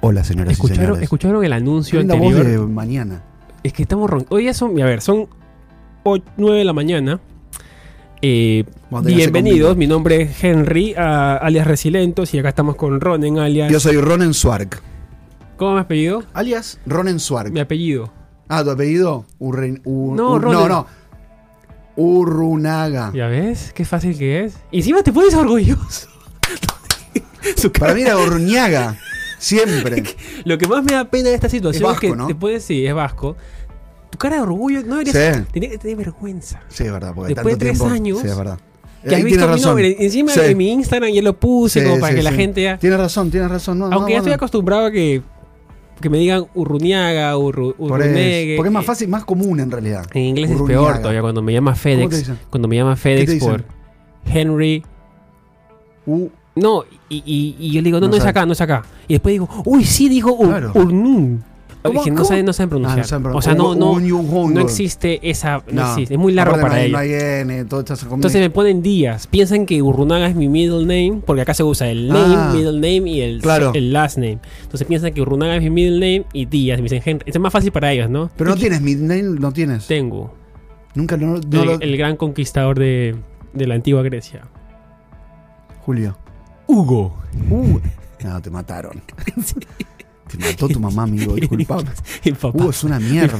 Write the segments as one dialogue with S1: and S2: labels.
S1: Hola, señoras y
S2: ¿Escucharon,
S1: señores.
S2: escucharon el anuncio
S1: Tienen la voz
S2: anterior?
S1: de mañana.
S2: Es que estamos ron- Hoy ya son, a ver, son 9 de la mañana. Eh,
S1: Cuando ya se
S2: bienvenidos,
S1: combina.
S2: mi nombre es Henry, a- alias Resilentos, y acá estamos con Ronen, alias...
S1: Yo soy Ronen Swark.
S2: ¿Cómo me apellido?
S1: Alias Ronen Swark.
S2: Mi apellido.
S1: Ah, tu apellido. Urren- Ur-
S2: No,
S1: Ur-
S2: Ronen.
S1: no, no. Urrunaga.
S2: ¿Ya ves? Qué fácil que es. Y encima te pones orgulloso. Su cara-
S1: Para mí era Urruñaga. Siempre.
S2: Lo que más me da pena de esta situación es,
S1: Es vasco,
S2: que
S1: ¿no?
S2: te puedes... Sí, es vasco. Tu cara de orgullo no deberías...
S1: Sí.
S2: Tienes que tener vergüenza.
S1: Sí, es verdad. Porque
S2: Después
S1: tanto
S2: de tres
S1: tiempo-
S2: años,
S1: Sí, es verdad.
S2: Que has
S1: Eh, Ahí
S2: visto
S1: tienes
S2: mi nombre. Encima
S1: Sí.
S2: de mi Instagram ya lo puse
S1: Sí,
S2: como para
S1: sí,
S2: que la
S1: sí.
S2: gente ya...
S1: Tienes razón, tienes razón. No, no,
S2: Aunque ya estoy
S1: bueno.
S2: acostumbrado a que, que me digan Urruñaga, Urru,
S1: Por eso.
S2: Urrunegue.
S1: Porque es más fácil, más común en realidad.
S2: En inglés es
S1: Urruñaga.
S2: peor todavía cuando me llama
S1: ¿Cómo te
S2: FedEx.
S1: dicen?
S2: Cuando me llama
S1: te
S2: FedEx
S1: dicen?
S2: por Henry.
S1: U-
S2: No, y, y- y yo le digo, no,
S1: No
S2: no, es
S1: sabe.
S2: acá, no es acá. Y después digo, uy, sí, dijo Ur,
S1: Claro.
S2: Urnun.
S1: ¿Cómo-
S2: Que no
S1: cómo?
S2: saben, no saben pronunciar.
S1: Ah, no saben
S2: o sea, no, no,
S1: pronunciar. Un- un- un-
S2: no existe esa. No,
S1: No.
S2: existe. Es muy largo
S1: Aparte no
S2: para
S1: hay-
S2: ellos.
S1: No hay N, todo esto se combina.
S2: Entonces me ponen días. Piensan que Urrunaga es mi middle name, porque acá se usa el name,
S1: Ah.
S2: middle name y el,
S1: Claro.
S2: el last name. Entonces piensan que Urrunaga es mi middle name y días. Y me dicen, gente, es más fácil para ellos, ¿no?
S1: Pero no tienes midnight, no tienes.
S2: Tengo.
S1: Nunca no, no
S2: el,
S1: lo-
S2: el gran conquistador de, de la antigua Grecia.
S1: Julio.
S2: Hugo.
S1: Uh, no, te mataron. Te mató tu mamá, amigo, disculpame.
S2: Mi papá,
S1: Hugo es una mierda.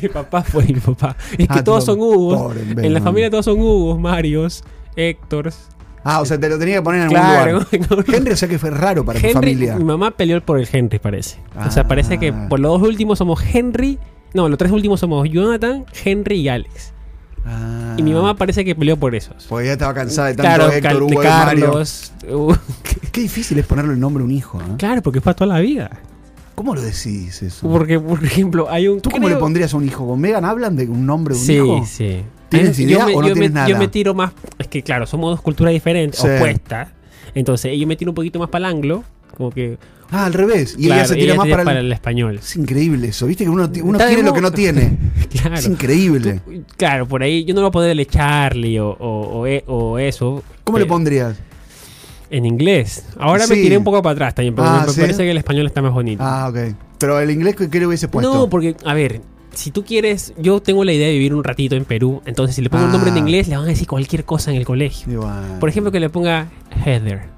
S2: mi papá fue mi papá. Es
S1: Ah,
S2: que
S1: tu
S2: todos
S1: papá.
S2: son Hugos.
S1: Pobre,
S2: en la
S1: Venom.
S2: familia todos son Hugos, Marios, Héctors.
S1: Ah, o sea, te lo tenía que poner en algún
S2: Claro.
S1: lugar. Henry, o sea que fue raro para
S2: Henry,
S1: tu familia.
S2: mi mamá peleó por el Henry, parece. O sea,
S1: Ah.
S2: parece que por los dos últimos somos Henry. No, los tres últimos somos Jonathan, Henry y Alex.
S1: Ah.
S2: Y mi mamá parece que peleó por esos.
S1: Porque ya estaba cansada de tanto
S2: Claro,
S1: Héctor,
S2: Cal-
S1: Hugo y Mario.
S2: Carlos. Hugo.
S1: Qué difícil es ponerle el nombre a un hijo, ¿eh?
S2: Claro, porque es para toda la vida.
S1: ¿Cómo lo decidís eso?
S2: Porque, por ejemplo, hay un.
S1: ¿Tú cómo le
S2: creo-
S1: pondrías a un hijo? ¿Con Megan hablan de un nombre de un
S2: Sí,
S1: hijo?
S2: sí.
S1: ¿Tienes
S2: Yo
S1: idea
S2: me-
S1: o no
S2: yo me-
S1: tienes nada?
S2: Yo me tiro más. Es que, claro, somos dos culturas diferentes,
S1: Sí.
S2: opuestas. Entonces, yo me tiro un poquito más para el anglo. Como que.
S1: Ah, al revés. Y
S2: claro,
S1: ella se tira más para, el...
S2: español.
S1: Es increíble eso, ¿viste? Que uno, ti- uno
S2: Está de
S1: tiene lo que
S2: moda.
S1: no tiene. Es
S2: Claro.
S1: increíble.
S2: Claro, por ahí yo no voy a ponerle Charlie o, o- o e- o eso.
S1: ¿Cómo le
S2: pero-
S1: pondrías?
S2: En inglés. Ahora me
S1: Sí.
S2: tiré un poco para atrás también, porque
S1: Ah,
S2: me
S1: ¿sí?
S2: parece que el español está más bonito.
S1: Ah, ok. Pero el inglés, ¿qué le hubiese puesto?
S2: No, porque, a ver, si tú quieres, yo tengo la idea de vivir un ratito en Perú, entonces si le pongo un nombre en
S1: Ah.
S2: inglés, le van a decir cualquier cosa en el colegio.
S1: Igual.
S2: Por ejemplo, que le ponga Heather.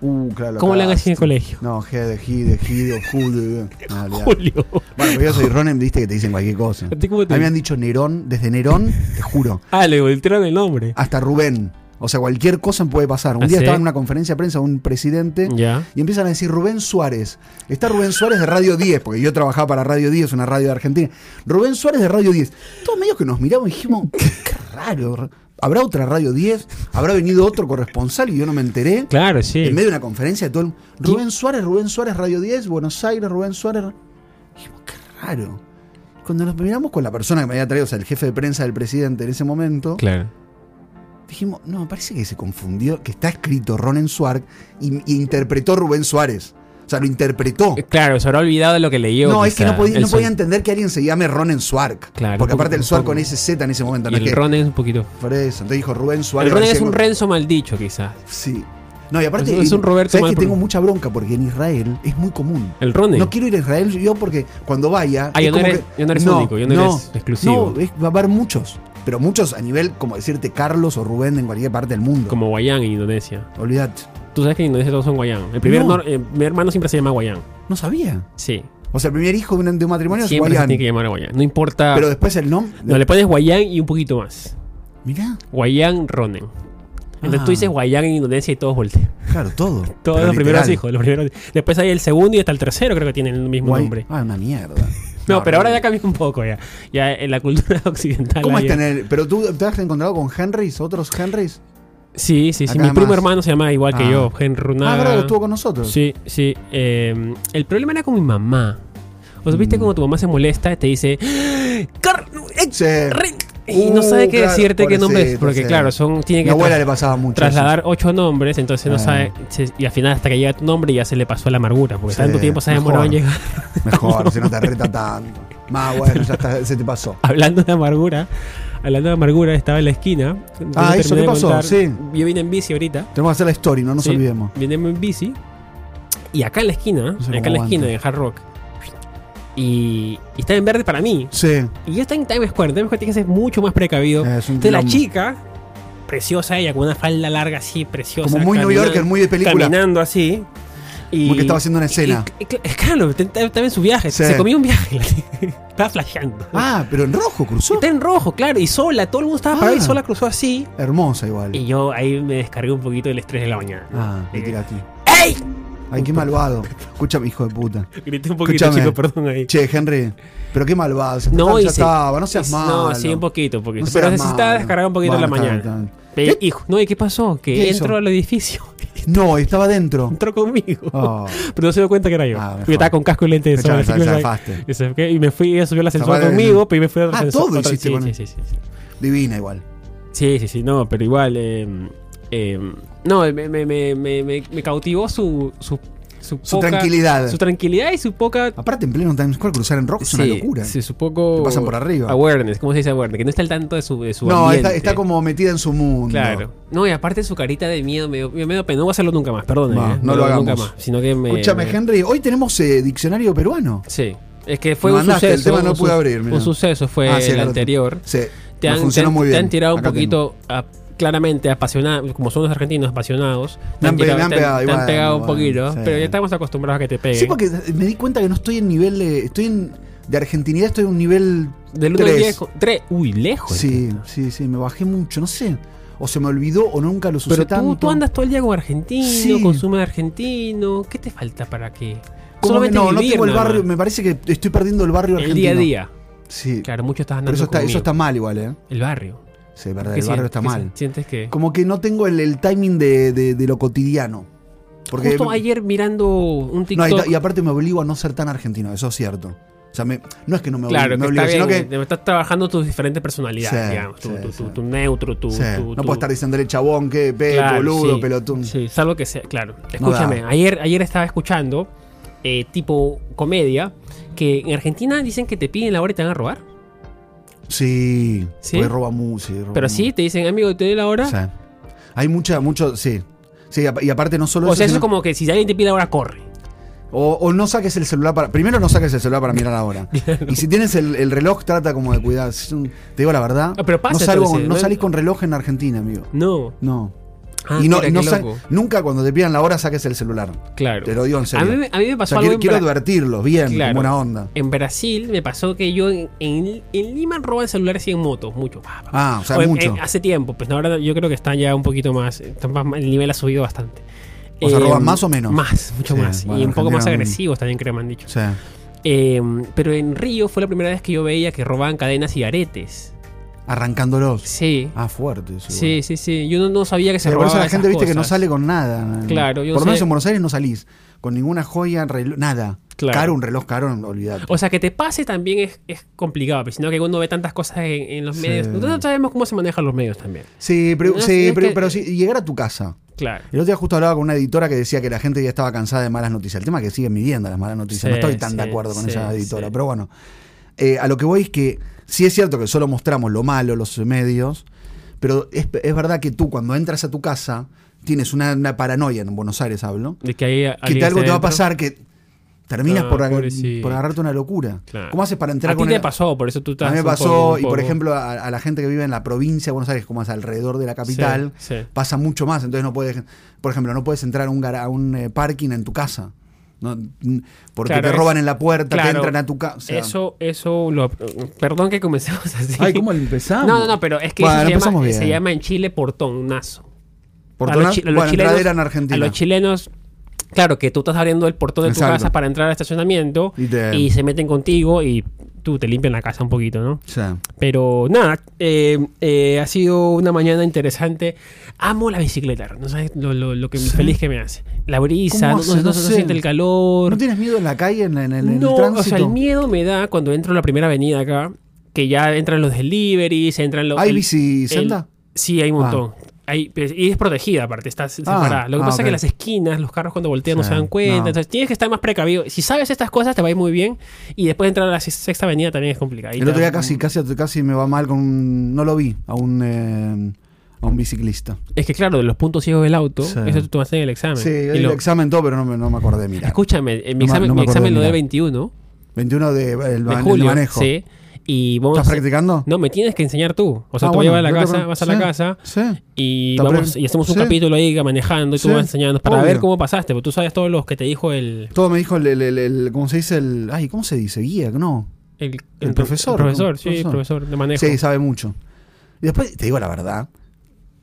S1: Uh, claro, lo
S2: ¿Cómo le van a decir en el
S1: cagaste.
S2: colegio?
S1: No, Hede, Hide, Hide, Jude. No, olvidate.
S2: Julio.
S1: Bueno, pero yo soy Ronen, viste que te dicen cualquier cosa.
S2: ¿A ti cómo te
S1: A mí me
S2: dicen?
S1: han dicho Nerón, desde Nerón, te juro,
S2: Ah, le voltearon el nombre.
S1: hasta Rubén. O sea, cualquier cosa puede pasar. Un
S2: ¿Ah,
S1: día
S2: sí?
S1: estaba en una conferencia de prensa un presidente
S2: Ya.
S1: y empiezan a decir Rubén Suárez. Está Rubén Suárez de Radio 10, porque yo trabajaba para Radio 10, una radio de Argentina. Rubén Suárez de Radio 10. Todos medio que nos miramos y dijimos, qué raro. ¿Habrá otra Radio 10? ¿Habrá venido otro corresponsal y yo no me enteré?
S2: Claro, sí.
S1: En medio de una conferencia, todo el- Rubén Suárez, Rubén Suárez, Radio 10, Buenos Aires, Rubén Suárez. Dijimos, qué raro. Cuando nos miramos con la persona que me había traído, o sea, el jefe de prensa del presidente en ese momento,
S2: Claro.
S1: dijimos, no, me parece que se confundió, que está escrito Ronen Suárez y, y interpretó Rubén Suárez. O sea, lo interpretó.
S2: Eh, Claro, se habrá olvidado lo que leyó.
S1: no, es que no
S2: quizá.
S1: podía,
S2: El
S1: no podía
S2: sol-
S1: entender que alguien se llame Ronen Suárez.
S2: Claro,
S1: porque
S2: un poco-
S1: aparte el
S2: un
S1: Suárez
S2: poco.
S1: con ese Z en ese momento.
S2: Y
S1: no es
S2: el
S1: que-
S2: Ronen es un poquito.
S1: Por eso, entonces dijo Rubén Suárez.
S2: El Ronen es
S1: recién
S2: un
S1: con-
S2: Renzo mal dicho, quizás.
S1: Sí. No, y aparte,
S2: Es- es un Roberto
S1: ¿sabes
S2: mal
S1: que tengo
S2: pronunciado.
S1: mucha bronca? Porque en Israel es muy común.
S2: El Ronen.
S1: No quiero ir a Israel yo porque cuando vaya.
S2: Ah,
S1: es
S2: ya no
S1: como
S2: eres- ya no eres único, ya no eres exclusivo.
S1: No, es- va a haber muchos. Pero muchos a nivel, como decirte Carlos o Rubén en cualquier parte del mundo.
S2: Como Guayán en Indonesia.
S1: Olvídate.
S2: Tú sabes que en Indonesia todos son Guayán. El primer,
S1: No.
S2: nor- el primer hermano siempre se llama Guayán.
S1: No sabía.
S2: Sí.
S1: O sea, el primer hijo de un, de un matrimonio
S2: siempre
S1: es
S2: se tiene que
S1: Guayán.
S2: llamar Guayán. No importa.
S1: Pero después el nombre.
S2: no, le pones Guayán y un poquito más.
S1: Mirá,
S2: Guayán Ronen. Entonces
S1: Ah.
S2: tú dices Guayán en Indonesia y todos voltean.
S1: claro, todo.
S2: Todos
S1: Pero
S2: los primeros
S1: literal.
S2: hijos, los primeros. Después hay el segundo y hasta el tercero creo que tienen el mismo
S1: Guay-
S2: nombre.
S1: Ah, una mierda.
S2: No, pero ahora ya
S1: realmente.
S2: cambió un poco ya. Ya en la cultura occidental.
S1: ¿Cómo es
S2: hay-
S1: tener.? Pero tú te has encontrado con Henrys, otros Henrys.
S2: Sí, sí, sí.
S1: Acá
S2: Mi primo
S1: más.
S2: hermano se llama igual que
S1: Ah.
S2: yo,
S1: Ah,
S2: Henrunaga.
S1: verdad, estuvo con nosotros.
S2: Sí, sí. eh, el problema era con mi mamá. O sea,
S1: Mm.
S2: viste como tu mamá se molesta y te dice. "Car- eh,
S1: Sí.
S2: re-" Y no sabe qué
S1: Uh, claro,
S2: decirte qué nombre es.
S1: pobrecita,
S2: Porque,
S1: sí.
S2: claro, son. Tiene
S1: Mi
S2: que
S1: abuela
S2: tras-
S1: le pasaba mucho.
S2: trasladar ocho nombres, entonces no
S1: Ah.
S2: sabe. se- Y al final, hasta que llega tu nombre, ya se le pasó la amargura. Porque
S1: Sí,
S2: tanto tiempo se ha demorado en
S1: mejor.
S2: llegar.
S1: eso. Mejor, si no te reta tanto. Más bueno, ya está, se te pasó.
S2: hablando de amargura. Hablando de amargura, estaba en la esquina.
S1: Ah,
S2: Yo
S1: eso,
S2: terminé
S1: ¿qué
S2: de
S1: pasó?
S2: contar.
S1: Sí.
S2: Yo vine en bici ahorita.
S1: Tenemos que hacer la story, no nos
S2: Sí,
S1: olvidemos.
S2: Vinimos en bici. Y acá en la esquina,
S1: sé
S2: acá
S1: cómo
S2: en la esquina
S1: aguanta.
S2: de Hard Rock. Y, y está en verde para mí.
S1: Sí.
S2: Y yo estaba en Times Square. Times Square tiene que ser mucho más precavido.
S1: Es un
S2: Entonces la
S1: quilombo.
S2: chica, preciosa ella, con una falda larga así, preciosa.
S1: Como muy New
S2: caminando-
S1: Yorker, muy de película.
S2: Caminando así. Y,
S1: Como que estaba haciendo una escena.
S2: y- y- cl- claro, te- te- estaba en su viaje.
S1: Sí.
S2: Se comió un viaje. la tía. estaba flasheando.
S1: Ah, pero en rojo cruzó.
S2: Está en rojo, claro. Y sola, todo el mundo estaba
S1: Ah.
S2: parado y sola cruzó así.
S1: Hermosa igual.
S2: Y yo ahí me descargué un poquito del estrés de la mañana. ¿no?
S1: Ah,
S2: Eh,
S1: me tira a ti.
S2: ¡Ey!
S1: Ay, qué malvado. Escúchame, hijo de puta.
S2: Grité un poquito,
S1: Escúchame.
S2: chico, perdón ahí.
S1: Che, Henry, pero qué malvado. Se
S2: No,
S1: estaba-
S2: y
S1: ya
S2: se-
S1: estaba, no seas
S2: y-
S1: malo.
S2: No, sí, un poquito, porque
S1: No
S2: pero
S1: seas
S2: necesitaba
S1: malo.
S2: descargar un poquito en la
S1: Bueno, está
S2: mañana.
S1: bien, está bien.
S2: Ve, hijo, no, ¿y qué pasó? Que
S1: ¿Qué
S2: entró
S1: hizo?
S2: al edificio,
S1: No, estaba dentro.
S2: entró conmigo.
S1: Oh,
S2: Pero no se dio cuenta que era yo.
S1: Ah, mejor.
S2: porque estaba con casco y lente de
S1: Ya,
S2: sol.
S1: ya,
S2: así que
S1: ya,
S2: me saqué-
S1: zafaste.
S2: me saqué Y me fui, ella subió al ascensor
S1: Zafaste.
S2: conmigo, pero yo me fui al
S1: Ah,
S2: ascensor.
S1: todo
S2: otra-
S1: hiciste
S2: sí,
S1: con él.
S2: sí, sí, sí.
S1: divina igual.
S2: Sí, sí, sí, no, pero igual. eh, eh, no, me, me, me, me, me- me cautivó su. Su,
S1: Su
S2: poca-
S1: tranquilidad.
S2: Su tranquilidad y su poca.
S1: Aparte, en pleno Times Square cruzar en rojo es una
S2: sí,
S1: locura.
S2: sí, su poco.
S1: Te pasan por arriba.
S2: Awareness, ¿cómo se dice awareness? Que no está al tanto de su. De su
S1: no, está,
S2: ambiente.
S1: está como metida en su mundo.
S2: Claro. No, y aparte su carita de miedo, medio, medio pena. No voy a hacerlo nunca más, perdón.
S1: No,
S2: eh,
S1: no lo hagamos.
S2: nunca más. Sino que me.
S1: Escúchame,
S2: me-
S1: Henry, hoy tenemos eh, diccionario peruano.
S2: Sí. Es que fue
S1: Me
S2: un
S1: mandaste,
S2: suceso.
S1: el tema no
S2: un su-
S1: pude abrir, mirá.
S2: Un suceso fue
S1: Ah, sí,
S2: el
S1: acá lo
S2: anterior.
S1: Sí, me
S2: Te han, te
S1: funcionó
S2: han-
S1: muy bien.
S2: te han tirado un
S1: Acá tengo.
S2: poquito, a- claramente apasionado, como son los argentinos apasionados.
S1: Me
S2: Te
S1: han pe-
S2: tirado-
S1: me han
S2: te han-
S1: pegado,
S2: te
S1: igual,
S2: han pegado un
S1: igual,
S2: poquito,
S1: sí.
S2: pero ya estamos acostumbrados a que te peguen.
S1: Sí, porque me di cuenta que no estoy en nivel. eh, estoy en. De Argentinidad estoy en un nivel.
S2: Del 1 al
S1: tres.
S2: 10, con- tres. Uy, lejos.
S1: Sí,
S2: entiendo.
S1: sí, sí, me bajé mucho, no sé. O se me olvidó o nunca lo sucedió
S2: Pero tú, tú andas todo el día con argentino,
S1: Sí.
S2: consume argentino. ¿qué te falta para que?
S1: Como que
S2: solamente
S1: no, no
S2: vivir
S1: tengo el
S2: nada
S1: barrio,
S2: más.
S1: me parece que estoy perdiendo el barrio
S2: el
S1: argentino.
S2: día a día.
S1: Sí.
S2: Claro, mucho estás andando
S1: Pero eso está,
S2: conmigo.
S1: eso está mal igual, ¿eh?
S2: El barrio.
S1: Sí, es verdad,
S2: ¿Qué
S1: el barrio
S2: sientes?
S1: está
S2: ¿Qué
S1: mal.
S2: si- Sientes que...
S1: Como que no tengo el, el timing de, de- de lo cotidiano. Porque
S2: Justo ayer mirando un
S1: No,
S2: TikTok...
S1: y, ta- y aparte me obligo a no ser tan argentino, eso es cierto. O sea, me- no es que no me obligo,
S2: Claro,
S1: me
S2: que
S1: obligo,
S2: está bien, eh,
S1: sino que
S2: te- estás trabajando tus diferentes personalidades,
S1: Sí,
S2: digamos, tu,
S1: sí,
S2: tu- tu-
S1: sí.
S2: tu neutro, tu...
S1: sí,
S2: tu-
S1: no
S2: tu-
S1: puedo estar diciéndole chabón, que pe,
S2: Claro,
S1: boludo,
S2: sí,
S1: pelotón.
S2: Sí, salvo que sea, claro. Escúchame,
S1: da.
S2: ayer, ayer estaba escuchando, eh, tipo comedia, que en Argentina dicen que te piden la hora y te van a robar.
S1: Sí,
S2: ¿Sí?
S1: porque roba música.
S2: Pero sí, te dicen, amigo, te doy la hora.
S1: Hay mucha, mucho, sí. Sí, ap- y aparte no solo
S2: o sea, eso
S1: sino-
S2: es como que si alguien te pide la hora, corre.
S1: O, o no saques el celular para. Primero no saques el celular para mirar la hora. Y si tienes el, el reloj, trata como de cuidar. Es un- Te digo la verdad.
S2: Ah, pero pasa
S1: no, salgo-
S2: entonces,
S1: no
S2: ¿no?
S1: salís con reloj en Argentina, amigo.
S2: No.
S1: No.
S2: Ah,
S1: y no,
S2: mira,
S1: y no
S2: qué
S1: sa-
S2: loco.
S1: nunca cuando te pidan la hora saques el celular.
S2: Claro.
S1: Te lo digo en
S2: a,
S1: serio.
S2: mí, me- a mí me
S1: O
S2: pasó
S1: sea,
S2: algo
S1: quiero,
S2: en
S1: quiero
S2: Bra-
S1: advertirlos bien,
S2: Claro.
S1: como buena onda.
S2: En Brasil me pasó que yo en, en, en Lima roban celulares y en motos, mucho. Pa, pa, pa.
S1: Ah, o sea,
S2: en-
S1: mucho.
S2: en- hace tiempo, pues ahora yo creo que están ya un poquito más, están más- el nivel ha subido bastante.
S1: O sea,
S2: Eh,
S1: ¿roban más o menos?
S2: Más, mucho
S1: Sí,
S2: más.
S1: bueno,
S2: y un poco
S1: Argentina mm.
S2: más
S1: no-
S2: agresivos también creo que me han dicho.
S1: O sea,
S2: Eh, pero en Río fue la primera vez que yo veía que robaban cadenas y aretes.
S1: arrancándolos.
S2: Sí,
S1: Ah, fuerte. Eso,
S2: sí, sí, sí. Yo no, no sabía que se
S1: Pero por eso
S2: robaba
S1: la gente,
S2: esas
S1: viste, que no
S2: cosas.
S1: sale con nada.
S2: Claro, yo
S1: Por lo
S2: sé-
S1: menos en Buenos Aires no salís. Con ninguna joya, reloj, nada.
S2: Claro.
S1: Caro, un reloj caro, olvidate.
S2: O sea, que te pase también es, es complicado, pero sino que uno ve tantas cosas en, en los
S1: Sí.
S2: medios. Nosotros sabemos cómo se manejan los medios también.
S1: Sí, pero,
S2: No,
S1: sí,
S2: es
S1: pero,
S2: que-
S1: pero sí, llegar a tu casa.
S2: Claro.
S1: El otro día justo hablaba con una editora que decía que la gente ya estaba cansada de malas noticias. El tema es que siguen midiendo las malas noticias.
S2: Sí,
S1: no estoy tan de
S2: sí,
S1: acuerdo con
S2: sí,
S1: esa editora.
S2: sí.
S1: Pero bueno, Eh, a lo que voy es que sí es cierto que solo mostramos lo malo, los medios, pero es, es verdad que tú cuando entras a tu casa tienes una, una paranoia, en Buenos Aires hablo,
S2: De que ahí
S1: que
S2: alguien
S1: te- algo
S2: está
S1: te va a
S2: dentro.
S1: pasar que terminas
S2: Ah,
S1: por, agar-
S2: pobrecito.
S1: por agarrarte una locura.
S2: Claro.
S1: ¿Cómo haces para entrar
S2: a
S1: con
S2: ti te
S1: el-
S2: pasó, por eso tú estás.
S1: a mí me
S2: un poco-
S1: pasó,
S2: un
S1: y por
S2: poco-
S1: ejemplo, a, a la gente que vive en la provincia de Buenos Aires, como es alrededor de la capital,
S2: Sí, sí.
S1: pasa mucho más. Entonces no puedes, por ejemplo, no puedes entrar a un, gara- a un eh, parking en tu casa. No, mm, porque
S2: Claro,
S1: te
S2: es-
S1: roban en la puerta, te
S2: claro,
S1: entran a tu casa.
S2: Eso, eso lo. Perdón que comencemos así.
S1: empezamos?
S2: No, no, no, pero es que
S1: Bueno,
S2: eso se,
S1: empezamos
S2: llama,
S1: bien.
S2: se llama en Chile portonazo.
S1: Portón-
S2: chi-
S1: bueno, entradera en Argentina.
S2: A los chilenos, claro, que tú estás abriendo el portón de tu
S1: Exacto.
S2: casa para entrar al estacionamiento
S1: Y
S2: y,
S1: te-
S2: se meten contigo y tú te limpian la casa un poquito, ¿no?
S1: O sea,
S2: Pero nada, eh, eh, ha sido una mañana interesante. Amo la bicicleta, no sabes lo, lo- lo que feliz que me hace. La
S1: ¿Cómo
S2: brisa, no, no-
S1: haces?
S2: no
S1: No
S2: se
S1: sé.
S2: siente el calor.
S1: ¿No tienes miedo en la calle, en, en- en el
S2: No,
S1: tránsito?
S2: o sea, el miedo me da cuando entro a la primera avenida acá, que ya entran los deliveries, entran los...
S1: ¿Hay
S2: el-
S1: bicicenda?
S2: el- sí, hay un montón. Hay- pues, y es protegida aparte, está separada. Lo que
S1: ah,
S2: pasa
S1: ok.
S2: es que las esquinas, los carros cuando voltean no
S1: Sí,
S2: se dan cuenta.
S1: no.
S2: Entonces tienes que estar más precavido. Si sabes estas cosas te va a ir muy bien. Y después entrar a la se- sexta avenida también es complicado. Ahí
S1: El
S2: te-
S1: otro día casi, casi, casi me va mal con un- No lo vi. A un, eh, a a un biciclista.
S2: Es que claro, de los puntos ciegos del auto,
S1: Sí.
S2: eso tú tomaste en el examen.
S1: Sí,
S2: Y
S1: el
S2: lo-
S1: examen todo, pero no me, no me acordé de mirar.
S2: Escúchame, eh,
S1: No
S2: mi
S1: me-
S2: examen,
S1: no me
S2: mi
S1: acuerdo
S2: examen
S1: de
S2: lo de
S1: mirar.
S2: 21
S1: 21 de, el, el
S2: de julio.
S1: manejo.
S2: Sí. Y vamos
S1: ¿Estás
S2: a-
S1: practicando?
S2: No, me tienes que enseñar tú. O sea,
S1: Ah,
S2: tú
S1: bueno,
S2: vas a la
S1: yo te
S2: casa,
S1: pregunto.
S2: vas a la
S1: Sí,
S2: casa
S1: Sí.
S2: y
S1: Está
S2: vamos
S1: pre-
S2: y hacemos un
S1: sí.
S2: capítulo ahí manejando y tú
S1: Sí,
S2: vas enseñando para
S1: obvio.
S2: ver cómo pasaste, porque tú sabes todos los que te dijo el
S1: Todo me dijo el, el, el- el- ¿cómo se dice? El, ay, ¿cómo se dice? Guía, no.
S2: el,
S1: El profesor,
S2: profesor,
S1: ¿no?
S2: sí,
S1: Profesor.
S2: profesor de manejo.
S1: Sí, sabe mucho. Y después, te digo la verdad,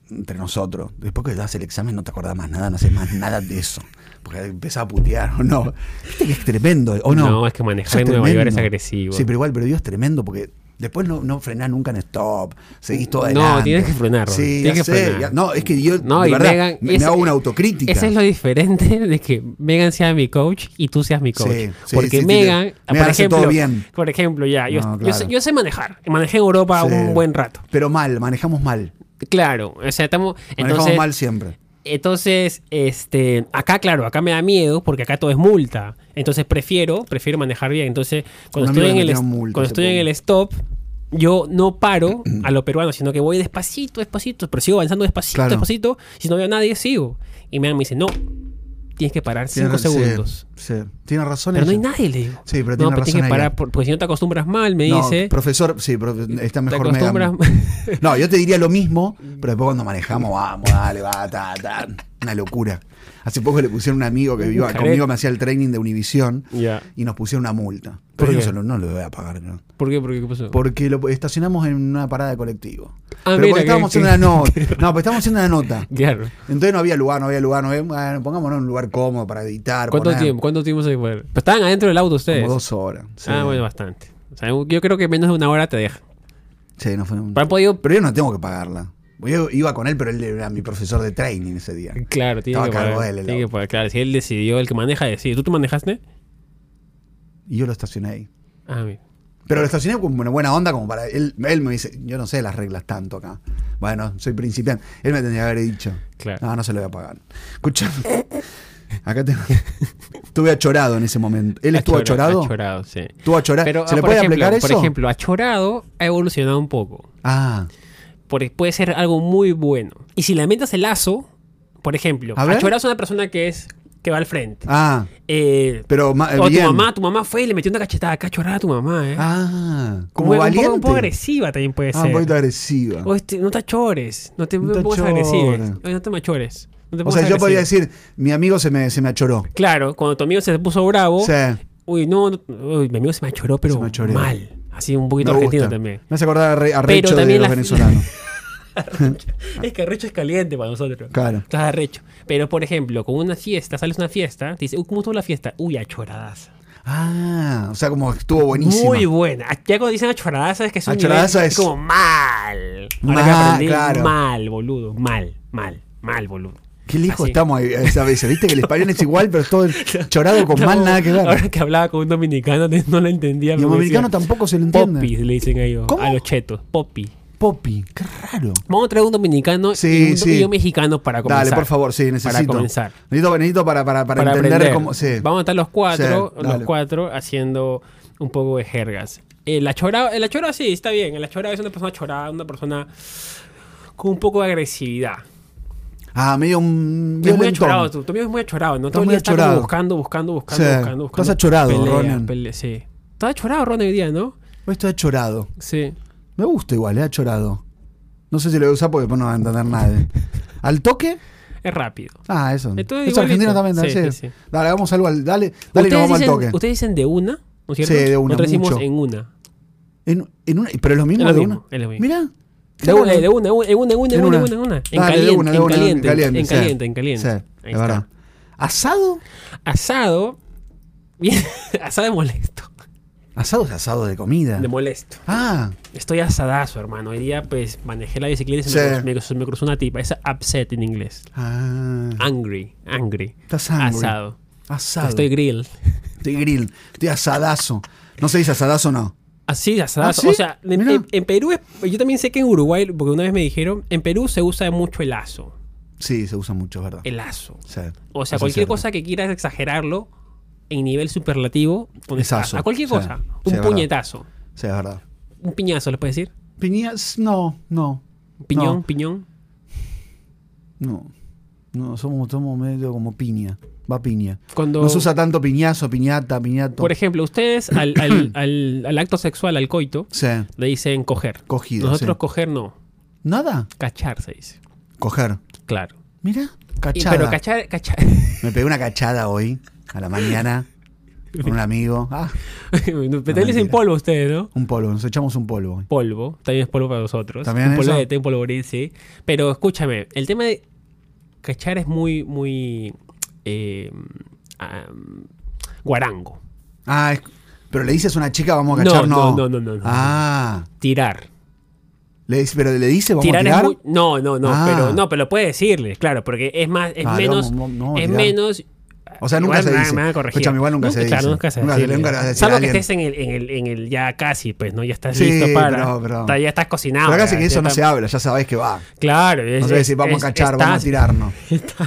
S1: entre nosotros, después que das el examen no te acordás más nada, no haces más nada de eso. Porque empezás a putear o no. Viste que es tremendo, ¿o no?
S2: No, es que manejar
S1: Eso
S2: en Nueva York
S1: tremendo.
S2: es agresivo.
S1: Sí, pero igual, pero Dios es tremendo porque después no, no frenás nunca en stop, seguís todo
S2: No,
S1: adelante.
S2: tienes que frenar, Ron.
S1: Sí,
S2: Tienes
S1: ya
S2: que
S1: sé,
S2: frenar.
S1: ya- no, es que yo,
S2: No,
S1: de
S2: y
S1: verdad,
S2: Megan-
S1: me, me
S2: ese-
S1: hago una autocrítica.
S2: Ese es lo diferente de que Megan sea mi coach y tú seas mi coach.
S1: Sí, sí,
S2: Porque
S1: sí,
S2: Megan, ah,
S1: sí, te-
S2: por
S1: Megan hace
S2: ejemplo,
S1: todo bien.
S2: por ejemplo, ya, yo,
S1: No,
S2: yo
S1: claro.
S2: sé, yo sé manejar. Manejé en Europa
S1: Sí.
S2: un buen rato.
S1: Pero mal, manejamos mal.
S2: Claro, o sea, estamos...
S1: manejamos
S2: Entonces,
S1: mal siempre.
S2: entonces, este, acá, claro, acá me da miedo porque acá todo es multa. Entonces prefiero, prefiero manejar bien. Entonces, cuando
S1: Un amigo
S2: estoy, en
S1: me
S2: el,
S1: metió
S2: est-
S1: multa
S2: cuando
S1: hace
S2: estoy en
S1: poco.
S2: el stop, yo no paro a lo peruano, sino que voy despacito, despacito, pero sigo avanzando despacito,
S1: Claro.
S2: despacito. Si no veo a nadie, sigo. Y me dice, no, tienes que parar cinco
S1: Tiene- sí,
S2: segundos.
S1: Sí, tiene razón
S2: Pero no hay
S1: ella.
S2: nadie, le digo.
S1: Sí, pero tiene
S2: no, pero
S1: razón
S2: tienes que parar,
S1: ella.
S2: por- porque si no te acostumbras mal, me
S1: No,
S2: dice.
S1: profesor, sí, profe- está
S2: Te
S1: mejor
S2: acostumbras.
S1: Megan. No, yo te diría lo mismo,
S2: Mm.
S1: pero después cuando manejamos, vamos, dale, va, ta, ta. Una locura. Hace poco le pusieron un amigo que vivía
S2: Jared.
S1: conmigo, me hacía el training de Univisión
S2: ya.
S1: y nos pusieron una multa.
S2: ¿Por
S1: Pero yo
S2: qué?
S1: se lo- no lo voy a pagar, ¿no?
S2: ¿Por qué? ¿Por qué? ¿Qué pasó?
S1: Porque lo estacionamos en una parada de colectivo.
S2: Ah,
S1: pero
S2: mira,
S1: porque
S2: que-
S1: estábamos
S2: que-
S1: haciendo la nota. No, pero estábamos haciendo la nota.
S2: Claro.
S1: Entonces no había lugar, no había lugar, no había, bueno, pongámonos en un lugar cómodo para editar.
S2: ¿Cuánto
S1: poner-
S2: tiempo? ¿Cuánto tiempo se fue? Pero estaban adentro del auto ustedes.
S1: Como dos horas. sí.
S2: Ah, bueno, bastante. O sea, yo creo que menos de una hora te deja.
S1: Sí, no fue un-
S2: Pero han podido.
S1: Pero yo no tengo que pagarla. Yo iba con él, pero él era mi profesor de training ese día.
S2: Claro, tiene
S1: Estaba
S2: que,
S1: a cargo
S2: pagar,
S1: él, el
S2: tiene que pagar. Claro, si él decidió, el que maneja decide. ¿Tú tú manejaste?
S1: Y yo lo estacioné ahí.
S2: Ah, mira.
S1: Pero lo estacioné con una buena onda, como para. Él, él me dice, yo no sé las reglas tanto acá. Bueno, soy principiante. Él me tendría que haber dicho.
S2: Claro.
S1: No, no se lo voy a pagar. Escuchame. Acá tengo. Estuve achorado en ese momento. ¿Él estuvo
S2: Achora-
S1: achorado?
S2: Achorado, sí.
S1: ¿Estuvo achorado?
S2: Pero,
S1: ¿Se
S2: ah,
S1: le
S2: por
S1: puede
S2: ejemplo,
S1: aplicar eso?
S2: Por ejemplo, achorado ha evolucionado un poco.
S1: Ah,
S2: Por- puede ser algo muy bueno. Y si lamentas el lazo, por ejemplo,
S1: A ver.
S2: achorado es una persona que es que va al frente.
S1: ah.
S2: Eh,
S1: Pero ma-
S2: o tu
S1: bien.
S2: mamá, tu mamá fue y le metió una cachetada. Acá achorada a tu mamá, ¿eh?
S1: Ah, como
S2: Un- un poco-
S1: valiente.
S2: Un poco agresiva también puede
S1: ah,
S2: ser.
S1: un poquito agresiva.
S2: O este, no te achores, no te
S1: No te
S2: pongas
S1: achores.
S2: agresivo. Oye, No te machores. No te
S1: O sea,
S2: pongas
S1: yo
S2: agresivo.
S1: podría decir, mi amigo se me, se me achoró.
S2: Claro, cuando tu amigo se puso bravo.
S1: O sea,
S2: Uy, no, no, uy, mi amigo se machoró, pero
S1: Se machoreó.
S2: mal. Así un poquito
S1: me
S2: argentino
S1: gusta.
S2: también.
S1: Me hace acordar a, Re- a
S2: Pero
S1: Recho de
S2: también
S1: los
S2: la-
S1: venezolanos.
S2: Es que arrecho es caliente para nosotros.
S1: Claro.
S2: Estás arrecho. Pero, por ejemplo, con una fiesta, sales a una fiesta, te dice, uy, ¿cómo estuvo la fiesta? Uy, achoradaza.
S1: Ah, o sea, como estuvo buenísimo.
S2: Muy buena. Ah, Ya cuando dicen achoradaza es que es un
S1: Achoradaza
S2: nivel-
S1: es-
S2: como mal. Ahora que
S1: Mal,
S2: aprendí,
S1: claro.
S2: mal, boludo. Mal, mal, mal, boludo.
S1: Qué lejos
S2: Así.
S1: estamos ahí, esa vez. Viste que el español es igual, pero es todo chorado con mal, nada que ver.
S2: Ahora que hablaba con un dominicano, no- no lo entendía.
S1: Y a
S2: me
S1: un americano
S2: decía,
S1: tampoco se lo
S2: Popis
S1: entiende.
S2: le dicen a ellos,
S1: ¿Cómo?
S2: a los chetos, popi.
S1: Poppy, qué raro.
S2: Vamos a traer un dominicano
S1: Sí,
S2: y, un,
S1: sí.
S2: y un mexicano para comenzar.
S1: Dale, por favor, sí, necesito.
S2: Para comenzar.
S1: Necesito, necesito para, para, para,
S2: Para
S1: entender
S2: aprender.
S1: cómo. Sí.
S2: Vamos a estar los cuatro,
S1: Sí,
S2: los
S1: dale.
S2: cuatro haciendo un poco de jergas. El achorado, el achorado sí, está bien. El achorado es una persona chorada, una persona con un poco de agresividad.
S1: Ah, medio un.
S2: Es muy
S1: violentón.
S2: achorado, tu, tu amigo es muy achorado, ¿no?
S1: Está
S2: Todo el
S1: muy
S2: día está como
S1: achorado.
S2: buscando, buscando, buscando,
S1: Sí,
S2: buscando, buscando.
S1: estás achorado,
S2: Pelea,
S1: Ronan.
S2: pelea, sí. Estás achorado, Ronan, hoy día, ¿no?
S1: Esto es chorado.
S2: Sí.
S1: Me gusta igual, eh, chorado. No sé si lo voy a usar porque después no va a entender nadie. ¿Al toque?
S2: Es rápido.
S1: Ah, eso.
S2: Esto es
S1: Los
S2: igualito.
S1: argentinos también, dale,
S2: Sí,
S1: sí,
S2: sí, sí.
S1: Dale, hagamos algo al. Dale, dale y nos
S2: ustedes,
S1: vamos
S2: dicen,
S1: al toque.
S2: ustedes dicen de una, ¿no es cierto?
S1: Sí, de una,
S2: Nosotros decimos
S1: mucho.
S2: en una.
S1: En, en una, pero es lo mismo
S2: Es lo
S1: de
S2: mismo,
S1: una.
S2: es lo mismo.
S1: Mira.
S2: De una, de una, de una, en una, en una, en una, en una. En
S1: Dale, de una,
S2: caliente,
S1: de
S2: en
S1: una,
S2: caliente, en
S1: sí.
S2: caliente, en
S1: Sí,
S2: caliente. Ahí
S1: es verdad.
S2: está.
S1: ¿Asado?
S2: Asado. bien, asado es molesto.
S1: Asado es asado de comida.
S2: De molesto.
S1: ah,
S2: Estoy asadazo, hermano. Hoy día, pues, manejé la bicicleta y se, me,
S1: Sí.
S2: cruzó- se me cruzó una tipa. Es upset en inglés.
S1: ah.
S2: Angry, angry.
S1: Estás hungry.
S2: Asado.
S1: Asado.
S2: Estoy grill.
S1: Estoy grill. Estoy asadazo. No se dice asadazo, no.
S2: Así, asadazo.
S1: ¿Ah, sí?
S2: O sea, en,
S1: Mira.
S2: en- en Perú, es- yo también sé que en Uruguay, porque una vez me dijeron, en Perú se usa mucho el aso.
S1: Sí, se usa mucho, es ¿verdad?
S2: El aso.
S1: Sí.
S2: O sea,
S1: Eso es
S2: cualquier
S1: cierto.
S2: cosa que quieras exagerarlo en nivel superlativo, pones
S1: Es aso,
S2: a, a cualquier
S1: sí.
S2: cosa.
S1: Sí,
S2: Un
S1: es verdad.
S2: puñetazo.
S1: Sí, es verdad.
S2: Un piñazo, ¿les puedes decir?
S1: Piñas, no, no.
S2: Piñón,
S1: No.
S2: piñón.
S1: No. No, somos, somos medio como piña. Va piña.
S2: Cuando,
S1: No se usa tanto piñazo, piñata, piñato.
S2: por ejemplo, ustedes al, al- al- al acto sexual, al coito,
S1: Sí.
S2: le dicen coger.
S1: Cogido.
S2: Nosotros
S1: sí.
S2: coger no,
S1: Nada.
S2: cachar se dice.
S1: Coger.
S2: Claro.
S1: Mira.
S2: Y-
S1: Cachada.
S2: pero cachar, cachar.
S1: Me pegué una cachada hoy, a la mañana, con un amigo. Ah,
S2: Peteles en
S1: mentira.
S2: polvo ustedes, ¿no?
S1: un polvo. Nos echamos un polvo hoy.
S2: polvo, también es polvo para nosotros.
S1: ¿También
S2: un polvo
S1: eso?
S2: de té, un polvorín, sí. Pero escúchame, el tema de cachar es muy, muy eh, am, guarango.
S1: Ah, es- pero le dices a una chica, vamos a
S2: No,
S1: cachar. No,
S2: no, no, no, no.
S1: Ah.
S2: Tirar.
S1: Le dice, pero le dice, vamos
S2: tirar
S1: a
S2: es
S1: tirar.
S2: muy- no, no, no,
S1: Ah.
S2: pero no, pero puede decirles, claro, porque es más, es
S1: Ah, le
S2: menos,
S1: vamos- no,
S2: es
S1: tirar.
S2: menos.
S1: O sea, nunca
S2: Igual
S1: se
S2: me van-
S1: dice.
S2: me van a corregir.
S1: Escúchame, igual nunca se
S2: claro,
S1: dice.
S2: nunca se
S1: Nunca-
S2: dice.
S1: nunca le vas a decir
S2: Salvo
S1: a
S2: que
S1: alguien.
S2: estés en el, en el, en el ya casi, pues, ¿no? Ya estás
S1: Sí,
S2: listo para.
S1: pero- pero-
S2: Está- ya estás cocinado.
S1: Pero acá sí
S2: ya-
S1: que
S2: ya
S1: eso no
S2: está-
S1: se habla, ya sabés que va.
S2: Claro.
S1: No
S2: es-
S1: sabés si
S2: es-
S1: vamos
S2: es-
S1: a cachar, vamos
S2: estás-
S1: a tirar, ¿no?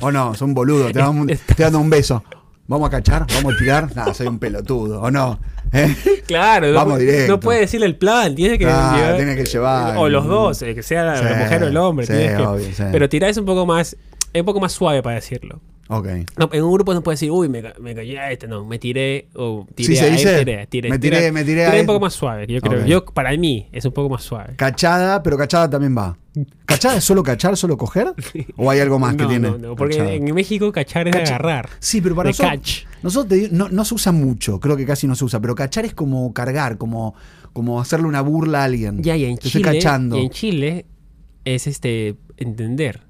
S1: O no, soy un boludo, te damos un-
S2: Estás-
S1: te dando un beso. ¿Vamos a cachar? ¿Vamos a tirar? Nada, soy un pelotudo, ¿o no? ¿Eh?
S2: Claro, no
S1: Vamos
S2: pu-
S1: directo.
S2: No puede decirle el plan, tiene que,
S1: Ah, tiene que llevar.
S2: O los dos, eh, que sea la,
S1: Sí,
S2: la mujer o el hombre.
S1: sí,
S2: tienes que-
S1: obvio, sí.
S2: Pero tirar es un poco más, es un poco más suave para decirlo.
S1: Ok.
S2: No, en un grupo no puede decir, uy, me, ca- me cayó a este, no, me tiré, o tiré
S1: Sí, se
S2: a él,
S1: dice,
S2: tiré, tiré,
S1: me tiré,
S2: tirar-
S1: me tiré a
S2: tirar
S1: él.
S2: es un poco más suave, yo creo.
S1: Ok.
S2: Yo, para mí, es un poco más suave.
S1: Cachada, pero cachada también va. ¿Cachada es solo cachar, solo coger? ¿O hay algo más
S2: no,
S1: que tiene?
S2: no, no, porque
S1: cachada?
S2: en México cachar es
S1: Cacha-
S2: agarrar.
S1: Sí, pero para
S2: de
S1: nosotros,
S2: catch.
S1: nosotros te digo, no, no se usa mucho, creo que casi no se usa, pero cachar es como cargar, como, como hacerle una burla a alguien.
S2: Ya, y en
S1: Te
S2: Chile,
S1: estoy cachando.
S2: y en Chile es este, entender.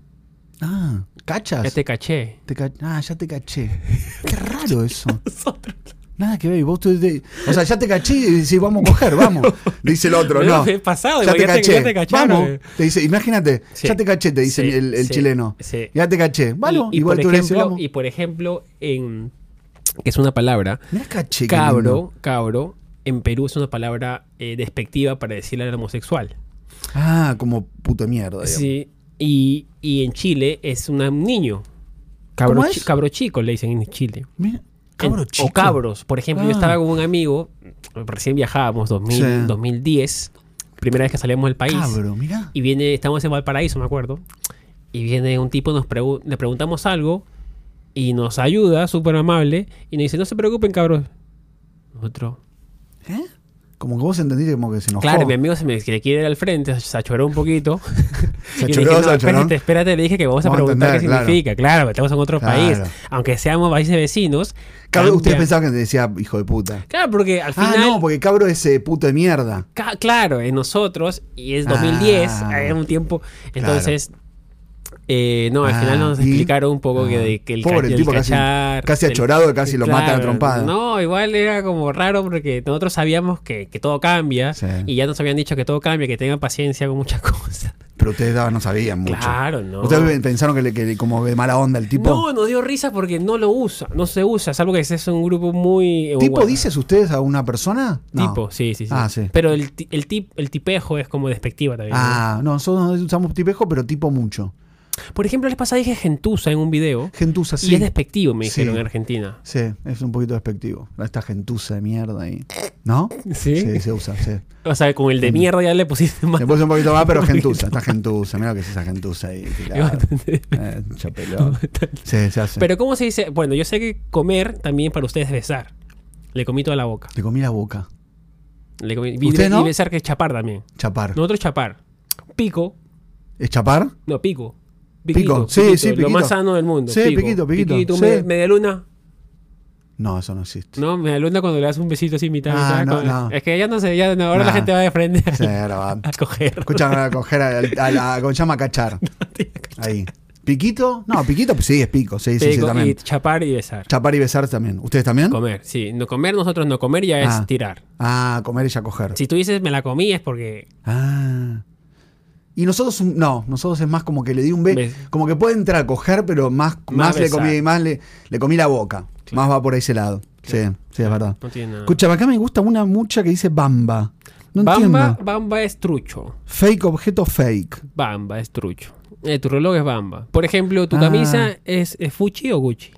S1: Ah,
S2: Ya
S1: ¿cachas?
S2: te caché.
S1: Te ca- Ah, ya te caché. Qué raro eso.
S2: Nosotros-
S1: Nada que ver. y Vos te- te- O sea, ya te caché y decís, vamos a coger, vamos. Dice el otro, no.
S2: Es pasado,
S1: ya
S2: igual,
S1: te
S2: ya te-
S1: caché.
S2: ya te cacharon.
S1: Vamos. Te dice, imagínate,
S2: Sí.
S1: ya te caché, te dice
S2: Sí,
S1: el, el
S2: sí,
S1: chileno.
S2: sí.
S1: Ya te caché. Vale,
S2: y, y
S1: igual tú
S2: por
S1: le decís,
S2: ejemplo,
S1: vamos.
S2: y por ejemplo, en que es una palabra,
S1: Mirá caché. qué lindo.
S2: cabro, cabro, en Perú es una palabra eh, despectiva para decirle al homosexual.
S1: Ah, como puto mierda. digamos.
S2: Sí. Y, y en Chile es una- un niño. Cabro,
S1: ¿Cómo
S2: chi-
S1: es?
S2: cabro chico le dicen en Chile.
S1: Mira, cabro
S2: En-
S1: chico.
S2: O cabros. Por ejemplo, yo
S1: Ah.
S2: estaba con un amigo, recién viajábamos, 2000,
S1: Sí.
S2: 2010, primera vez que salíamos del país.
S1: Cabro, mirá.
S2: Y viene, estamos en Valparaíso, me acuerdo. Y viene un tipo, nos pregu- le preguntamos algo y nos ayuda, súper amable, y nos dice, no se preocupen, cabros. Nosotros.
S1: ¿Eh? Como que vos entendiste como que se enojó.
S2: Claro, mi amigo se me que le quiere ir al frente, se achoró un poquito.
S1: Se
S2: Y le
S1: achoró,
S2: dije,
S1: se achoró.
S2: Espérate, espérate, le dije que vamos a
S1: Vamos a
S2: preguntar qué
S1: entender, claro.
S2: significa. Claro, estamos en otro
S1: Claro.
S2: país. Aunque seamos países vecinos.
S1: Cabro, ustedes
S2: cambia.
S1: pensaban que te decía hijo de puta.
S2: Claro, porque al
S1: Ah,
S2: final.
S1: no, porque cabro es eh, puto de mierda.
S2: Ca- claro, en nosotros, y es 2010,
S1: Ah.
S2: era un tiempo. Entonces, eh, no, al
S1: Ah,
S2: final nos
S1: y-
S2: explicaron un poco que,
S1: ah.
S2: de- que el,
S1: Pobre
S2: ca- el
S1: tipo, casi-
S2: cachar.
S1: casi
S2: el-
S1: achorado, casi lo matan a trompadas.
S2: No, igual era como raro porque nosotros sabíamos que, que todo cambia
S1: Sí.
S2: y ya nos habían dicho que todo cambia, que tengan paciencia con muchas cosas.
S1: Pero ustedes daban- no sabían mucho.
S2: Claro, no.
S1: ¿Ustedes pensaron que, le, que le- como de mala onda el tipo?
S2: No, nos dio risa porque no lo usa, no se usa, salvo que ese es un grupo muy. eh,
S1: ¿Tipo
S2: bueno,
S1: dices ustedes a una persona? No.
S2: Tipo, sí, sí, sí.
S1: Ah, sí.
S2: Pero el, ti- el, tip, el tipejo es como despectiva también. ¿no?
S1: Ah, no, nosotros usamos tipejo, pero tipo mucho.
S2: Por ejemplo, les pasa dije gentuza en un video.
S1: Gentuza, sí.
S2: Y es despectivo, me
S1: Sí.
S2: dijeron en Argentina.
S1: Sí, es un poquito despectivo. Esta gentuza de mierda ahí. ¿No?
S2: ¿Sí?
S1: se usa, sí.
S2: O sea, con el
S1: Mm.
S2: de mierda ya le pusiste más.
S1: Le puse un poquito más, pero gentuza. Está gentuza. Mira lo que es esa gentuza ahí. tirada. Eh, chapelón. Sí, se hace.
S2: Pero ¿cómo se dice? Bueno, yo sé que comer también para ustedes es besar. Le comí toda la boca.
S1: Te comí la boca.
S2: Le comí, y,
S1: ¿Ustedes
S2: y
S1: no?
S2: besar que es chapar también.
S1: Chapar.
S2: Nosotros chapar. Pico.
S1: ¿Es chapar?
S2: No, pico.
S1: Pico, sí, sí,
S2: Lo
S1: piquito.
S2: más sano del mundo.
S1: Sí, piquito, piquito, sí.
S2: me- media luna.
S1: No, eso no existe.
S2: No, media luna cuando le das un besito así mitad.
S1: Ah,
S2: mitad,
S1: no,
S2: con-
S1: no.
S2: Es que ya no sé, ya no, ahora la
S1: Nah.
S2: gente va de frente a,
S1: Sí, ahora va.
S2: a coger.
S1: Escuchan a coger a, a la. ¿Cómo se llama? Cachar. Ahí. ¿Piquito? No, piquito, pues sí, es pico. Sí, sí, sí,
S2: Pico y
S1: también.
S2: chapar y besar.
S1: Chapar y besar también. ¿Ustedes también?
S2: Comer, sí. No comer, nosotros no comer ya
S1: ¿Mm? Ah.
S2: es tirar.
S1: Ah, comer y ya coger.
S2: Si tú dices me la comí es porque.
S1: Ah. Y nosotros, un- no, nosotros es más como que le di un beso.
S2: Bes-
S1: Como que puede entrar a coger, pero más, más, le,
S2: besar.
S1: comí, más le, le comí la boca. Más va por ese lado. Sí, sí, es verdad.
S2: No tiene nada.
S1: Escúchame, acá me gusta una mucha que dice bamba. No
S2: bamba,
S1: entiendo.
S2: bamba es trucho.
S1: Fake objeto fake.
S2: Bamba es trucho. Eh, tu reloj es bamba. Por ejemplo, tu
S1: Ah.
S2: camisa es, es Fuchi o Gucci.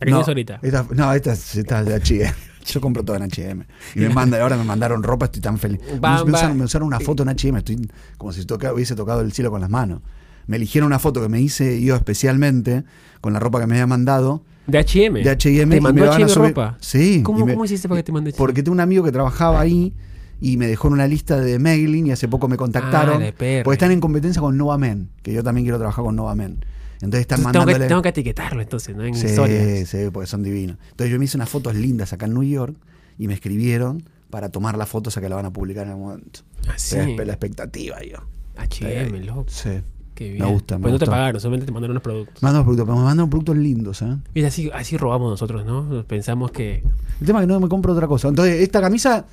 S2: La que
S1: no,
S2: tienes ahorita.
S1: Esta, no, esta, es- esta es de H&M. Yo compro todo en H&M. Y me mandan, ahora me mandaron ropa, estoy tan feliz. Me- Me
S2: Bamba.
S1: usaron, me usaron una foto en H&M, estoy como si toca- hubiese tocado el cielo con las manos. me eligieron una foto que me hice yo especialmente, con la ropa que me había mandado,
S2: De HM.
S1: de H&M.
S2: Te
S1: y
S2: mandó
S1: me van a
S2: HM
S1: subir-
S2: ropa.
S1: Sí. y
S2: ¿Cómo,
S1: me-
S2: cómo hiciste para que te mande HM?
S1: Porque tengo un amigo que trabajaba ahí y me dejó en una lista de mailing y hace poco me contactaron.
S2: Ah, de perre.
S1: porque están en competencia con Nova Men, que yo también quiero trabajar con Nova Men. Entonces están
S2: Entonces tengo,
S1: mandándole...
S2: que, tengo que etiquetarlo entonces, ¿no? En
S1: Sí,
S2: historias.
S1: sí, porque son divinos. Entonces yo me hice unas fotos lindas acá en New York y me escribieron para tomar las fotos a que la van a publicar en algún momento.
S2: Ah, sí.
S1: La espe- La expectativa, yo.
S2: HM, loco.
S1: Sí.
S2: Qué
S1: Me
S2: bien.
S1: gusta, me
S2: Pues no te
S1: gusta.
S2: pagaron, solamente te mandaron unos productos.
S1: Mandan productos, pero me mandan productos lindos, ¿eh?
S2: Mira, así, así robamos nosotros, ¿no? Nos Pensamos que.
S1: El tema es que no me compro otra cosa. Entonces, esta camisa.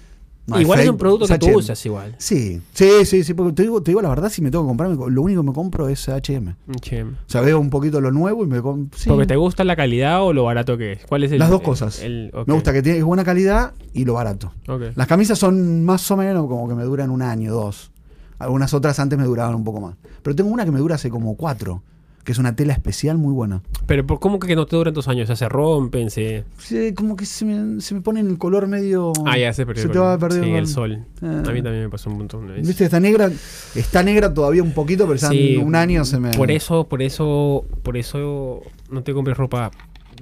S1: no,
S2: igual
S1: fake,
S2: es un producto que tú
S1: H&M.
S2: usas, igual.
S1: Sí, sí, sí, sí, porque te digo, te digo la verdad, si me tengo que comprar, me co- lo único que me compro es HM.
S2: HM.
S1: O sea, veo un poquito lo nuevo y me compro.
S2: Porque te gusta la calidad o lo barato que es. ¿Cuál es el,
S1: Las dos
S2: el-
S1: cosas.
S2: el- ok,
S1: Me gusta que tiene buena calidad y lo barato.
S2: ok.
S1: Las camisas son más o menos como que me duran un año, dos. Algunas otras antes me duraban un poco más. Pero tengo una que me dura hace como cuatro, que es una tela especial muy buena.
S2: Pero ¿por- ¿cómo que no te duran tus años? O sea, se rompen, se.
S1: Sí, como que se me, se me pone en el color medio.
S2: Ah, ya se perdió.
S1: Se
S2: el
S1: te
S2: color.
S1: va perdiendo.
S2: Sí, el
S1: el-
S2: sol.
S1: Ah.
S2: A mí también me pasó un montón de veces.
S1: ¿Viste? Está negra. Está negra todavía un poquito, pero ya
S2: Sí,
S1: en un año se me.
S2: Por eso, por eso, por eso no te compres ropa.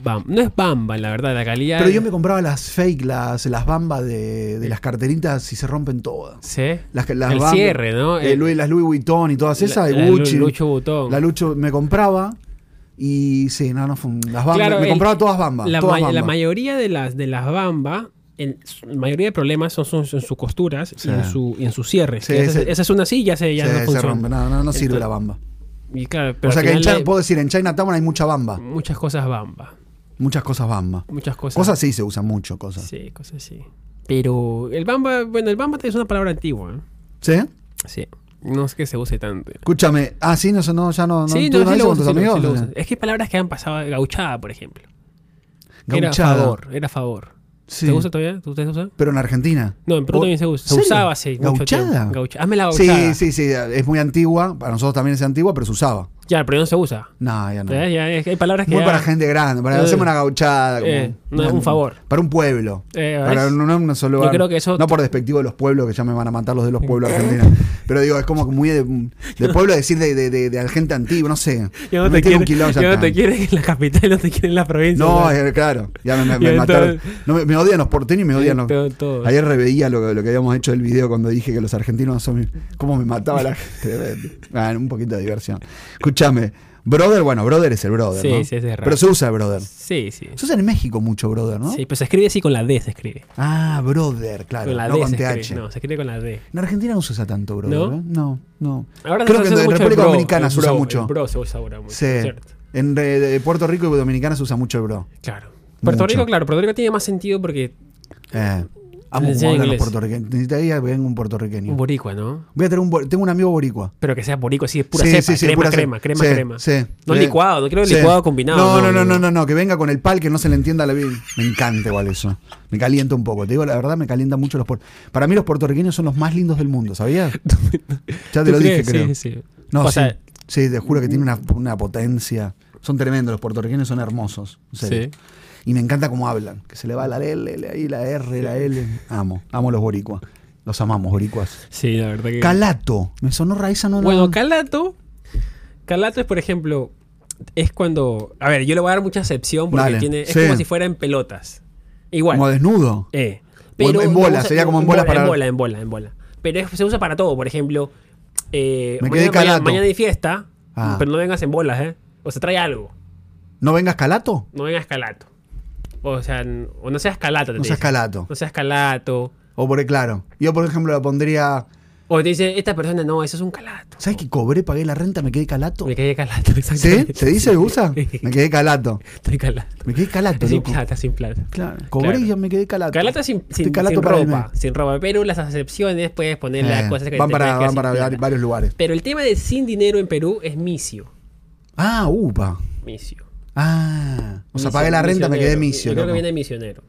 S2: bam- No es bamba, la verdad, la calidad.
S1: Pero yo me compraba las fake, las, las bambas de, de las carteritas y se rompen todas.
S2: ¿Sí?
S1: Las, que- las
S2: El
S1: Bamba-
S2: cierre, ¿no?
S1: eh, Louis- las Louis Vuitton y todas esas,
S2: La-
S1: de
S2: la Lu-
S1: Gucci.
S2: Lucho Butón.
S1: La Lucho me compraba y sí, no, no fue un- las bambas.
S2: Claro,
S1: me
S2: el-
S1: compraba todas bambas.
S2: la,
S1: todas
S2: ma- la
S1: bambas.
S2: mayoría de las de las bamba, el- la mayoría de problemas son, son- son en sus costuras
S1: Sí.
S2: y en su, y en su cierre.
S1: Sí,
S2: Y esa,
S1: sí.
S2: esa es una así, ya se, ya
S1: Sí,
S2: no
S1: se
S2: funciona.
S1: rompe, no, no, no sirve
S2: Entonces-
S1: la bamba.
S2: Y claro, pero
S1: o sea
S2: al
S1: que en
S2: final
S1: China,
S2: hay
S1: puedo decir, en Chinatown hay mucha bamba.
S2: muchas cosas bamba,
S1: Muchas cosas bamba.
S2: muchas cosas.
S1: Cosas sí se usan mucho, cosas. ¿Sí?
S2: Sí, cosas así. Pero el bamba, bueno, el bamba es una palabra antigua. ¿eh? Sí. No es que se use tanto.
S1: Escúchame. Ah, sí, no, no, ya no. no
S2: sí,
S1: ¿tú
S2: no, sí
S1: dices
S2: lo
S1: con
S2: uso,
S1: tus
S2: sí lo- sí
S1: amigos?
S2: lo uso. Es que hay palabras que han pasado gauchada, por ejemplo. Era
S1: Gauchada.
S2: favor, era favor.
S1: Sí.
S2: ¿Te gusta todavía? ¿Ustedes usan?
S1: Pero en Argentina.
S2: No, en Perú
S1: ¿O-
S2: también se usa. Se
S1: ¿Serio?
S2: usaba hace mucho
S1: ¿Gauchada?
S2: tiempo. Gaucha- Hazme la gauchada.
S1: Sí, sí, sí, es muy antigua, para nosotros también es antigua, pero se usaba.
S2: Ya, pero ya no se usa.
S1: No, ya no.
S2: Ya, ya, es que hay palabras que
S1: Muy
S2: Eh, ya-
S1: para gente grande, para
S2: Eh,
S1: hacemos una gauchada. como-
S2: eh, no, un favor.
S1: Para un pueblo.
S2: Eh, ¿ves?
S1: Para un, un solo
S2: Yo
S1: lugar.
S2: creo que eso-
S1: No por despectivo de los pueblos, que ya me van a matar los de los pueblos argentinos. Pero digo, es como que muy de, de pueblo decir de, de, de, de gente antigua, no sé.
S2: Ya no
S1: Me
S2: te
S1: tiro un
S2: quieren
S1: quilombo, ya
S2: ya no
S1: está.
S2: te quieren en la capital, no te quieren en la provincia.
S1: No,
S2: ya.
S1: eh, claro. Ya me, me- me
S2: Y
S1: mataron.
S2: entonces-
S1: No, me, me odian los porteños y me odian los.
S2: Todo- todo.
S1: Ayer reveía lo, lo que habíamos hecho del video cuando dije que los argentinos son. ¿Cómo me mataba la gente? Ah, un poquito de diversión. Escúchame. Brother, bueno, brother es el brother.
S2: Sí,
S1: ¿no?
S2: sí, ese es raro.
S1: Pero se usa brother.
S2: Sí, sí.
S1: Se usa en México mucho brother, ¿no?
S2: Sí, pero se escribe así con la D, se escribe.
S1: Ah, brother, claro.
S2: con la
S1: No
S2: D
S1: con
S2: se
S1: TH.
S2: escribe. No, se escribe con la D.
S1: En Argentina no se usa tanto brother.
S2: ¿No?
S1: ¿eh? No, no.
S2: Ahora
S1: Creo
S2: se
S1: que
S2: usa
S1: en
S2: mucho el
S1: República
S2: bro,
S1: Dominicana
S2: el
S1: se usa
S2: bro,
S1: mucho.
S2: el bro se usa ahora mucho,
S1: Sí.
S2: ¿cierto?
S1: En eh, Puerto Rico y Dominicana se usa mucho el bro.
S2: Claro. Puerto
S1: Mucho.
S2: Rico, claro, Puerto Rico tiene más sentido porque
S1: Eh, amo como
S2: Le enseñan
S1: hablan los
S2: inglés.
S1: puertorriqueños. Necesitaría que venga un
S2: un
S1: puertorriqueño.
S2: boricua, ¿no?
S1: Voy a tener un, bo- tengo un amigo boricua.
S2: Pero que sea boricua, así, es pura
S1: Sí,
S2: cepa,
S1: sí, sí,
S2: crema,
S1: pura cepa.
S2: crema, crema,
S1: Sí,
S2: crema.
S1: sí.
S2: No
S1: Sí.
S2: licuado, no quiero
S1: Sí.
S2: licuado combinado.
S1: No, no, no, no, no, no, que venga con el pal que no se le entienda la vida. Me encanta igual eso. Me calienta un poco. Te digo la verdad, me calienta mucho los puertorriqueños. Para mí los puertorriqueños son los más lindos del mundo, ¿sabías? Ya te
S2: ¿Tú
S1: lo dije,
S2: crees?
S1: creo.
S2: Sí, sí.
S1: No,
S2: O
S1: sí,
S2: sea,
S1: sí, te juro que tiene una, una potencia. Son tremendos, los puertorriqueños son hermosos. en serio.
S2: Sí.
S1: Y me encanta cómo hablan, que se le va la L, la I, la R, la L. Amo, amo los boricuas. Los amamos, boricuas.
S2: Sí, la verdad que.
S1: Calato, me sonó raiza, no no.
S2: Eh. Bueno, calato. Calato es, por ejemplo, es cuando. A ver, yo le voy a dar mucha excepción porque
S1: Dale,
S2: tiene. Es
S1: sí.
S2: como si fuera en pelotas. Igual.
S1: como desnudo.
S2: eh,
S1: O en- en
S2: no
S1: bola,
S2: usa-
S1: sería como en bola para-
S2: En bola, en bola, en bola. Pero es- se usa para todo, por ejemplo. eh,
S1: Me quedé
S2: mañana, mañana-
S1: calato.
S2: mañana de fiesta,
S1: Ah.
S2: pero no vengas en bolas, ¿eh? O sea, trae algo.
S1: ¿No vengas calato?
S2: No vengas calato. O sea, n- o no seas calato. te
S1: No seas
S2: dicen.
S1: calato.
S2: No seas calato.
S1: O por claro. Yo, por ejemplo, la pondría.
S2: O te dice, esta persona no, eso es un calato.
S1: ¿Sabes que cobré, pagué la renta, me quedé calato?
S2: Me quedé calato,
S1: ¿Sí?
S2: exactamente.
S1: ¿Se dice, usa?
S2: Sí,
S1: Me quedé calato.
S2: Estoy calato.
S1: Me quedé calato,
S2: Sin
S1: loco.
S2: plata, sin plata.
S1: pues. Claro. Cobré
S2: Claro.
S1: y ya me quedé calato.
S2: Calato sin,
S1: Estoy
S2: sin,
S1: calato
S2: sin
S1: para el
S2: ropa,
S1: mes.
S2: sin ropa, pero las excepciones puedes poner
S1: Eh,
S2: las cosas que
S1: van
S2: te
S1: para,
S2: puedes quedar
S1: van
S2: sin
S1: para
S2: plata.
S1: varios lugares.
S2: Pero el tema de sin dinero en Perú es misio.
S1: Ah, upa.
S2: Misio.
S1: Ah. O sea,
S2: Misio-
S1: pagué la renta, me quedé misio.
S2: Yo creo que
S1: loco. Ah.
S2: viene misionero.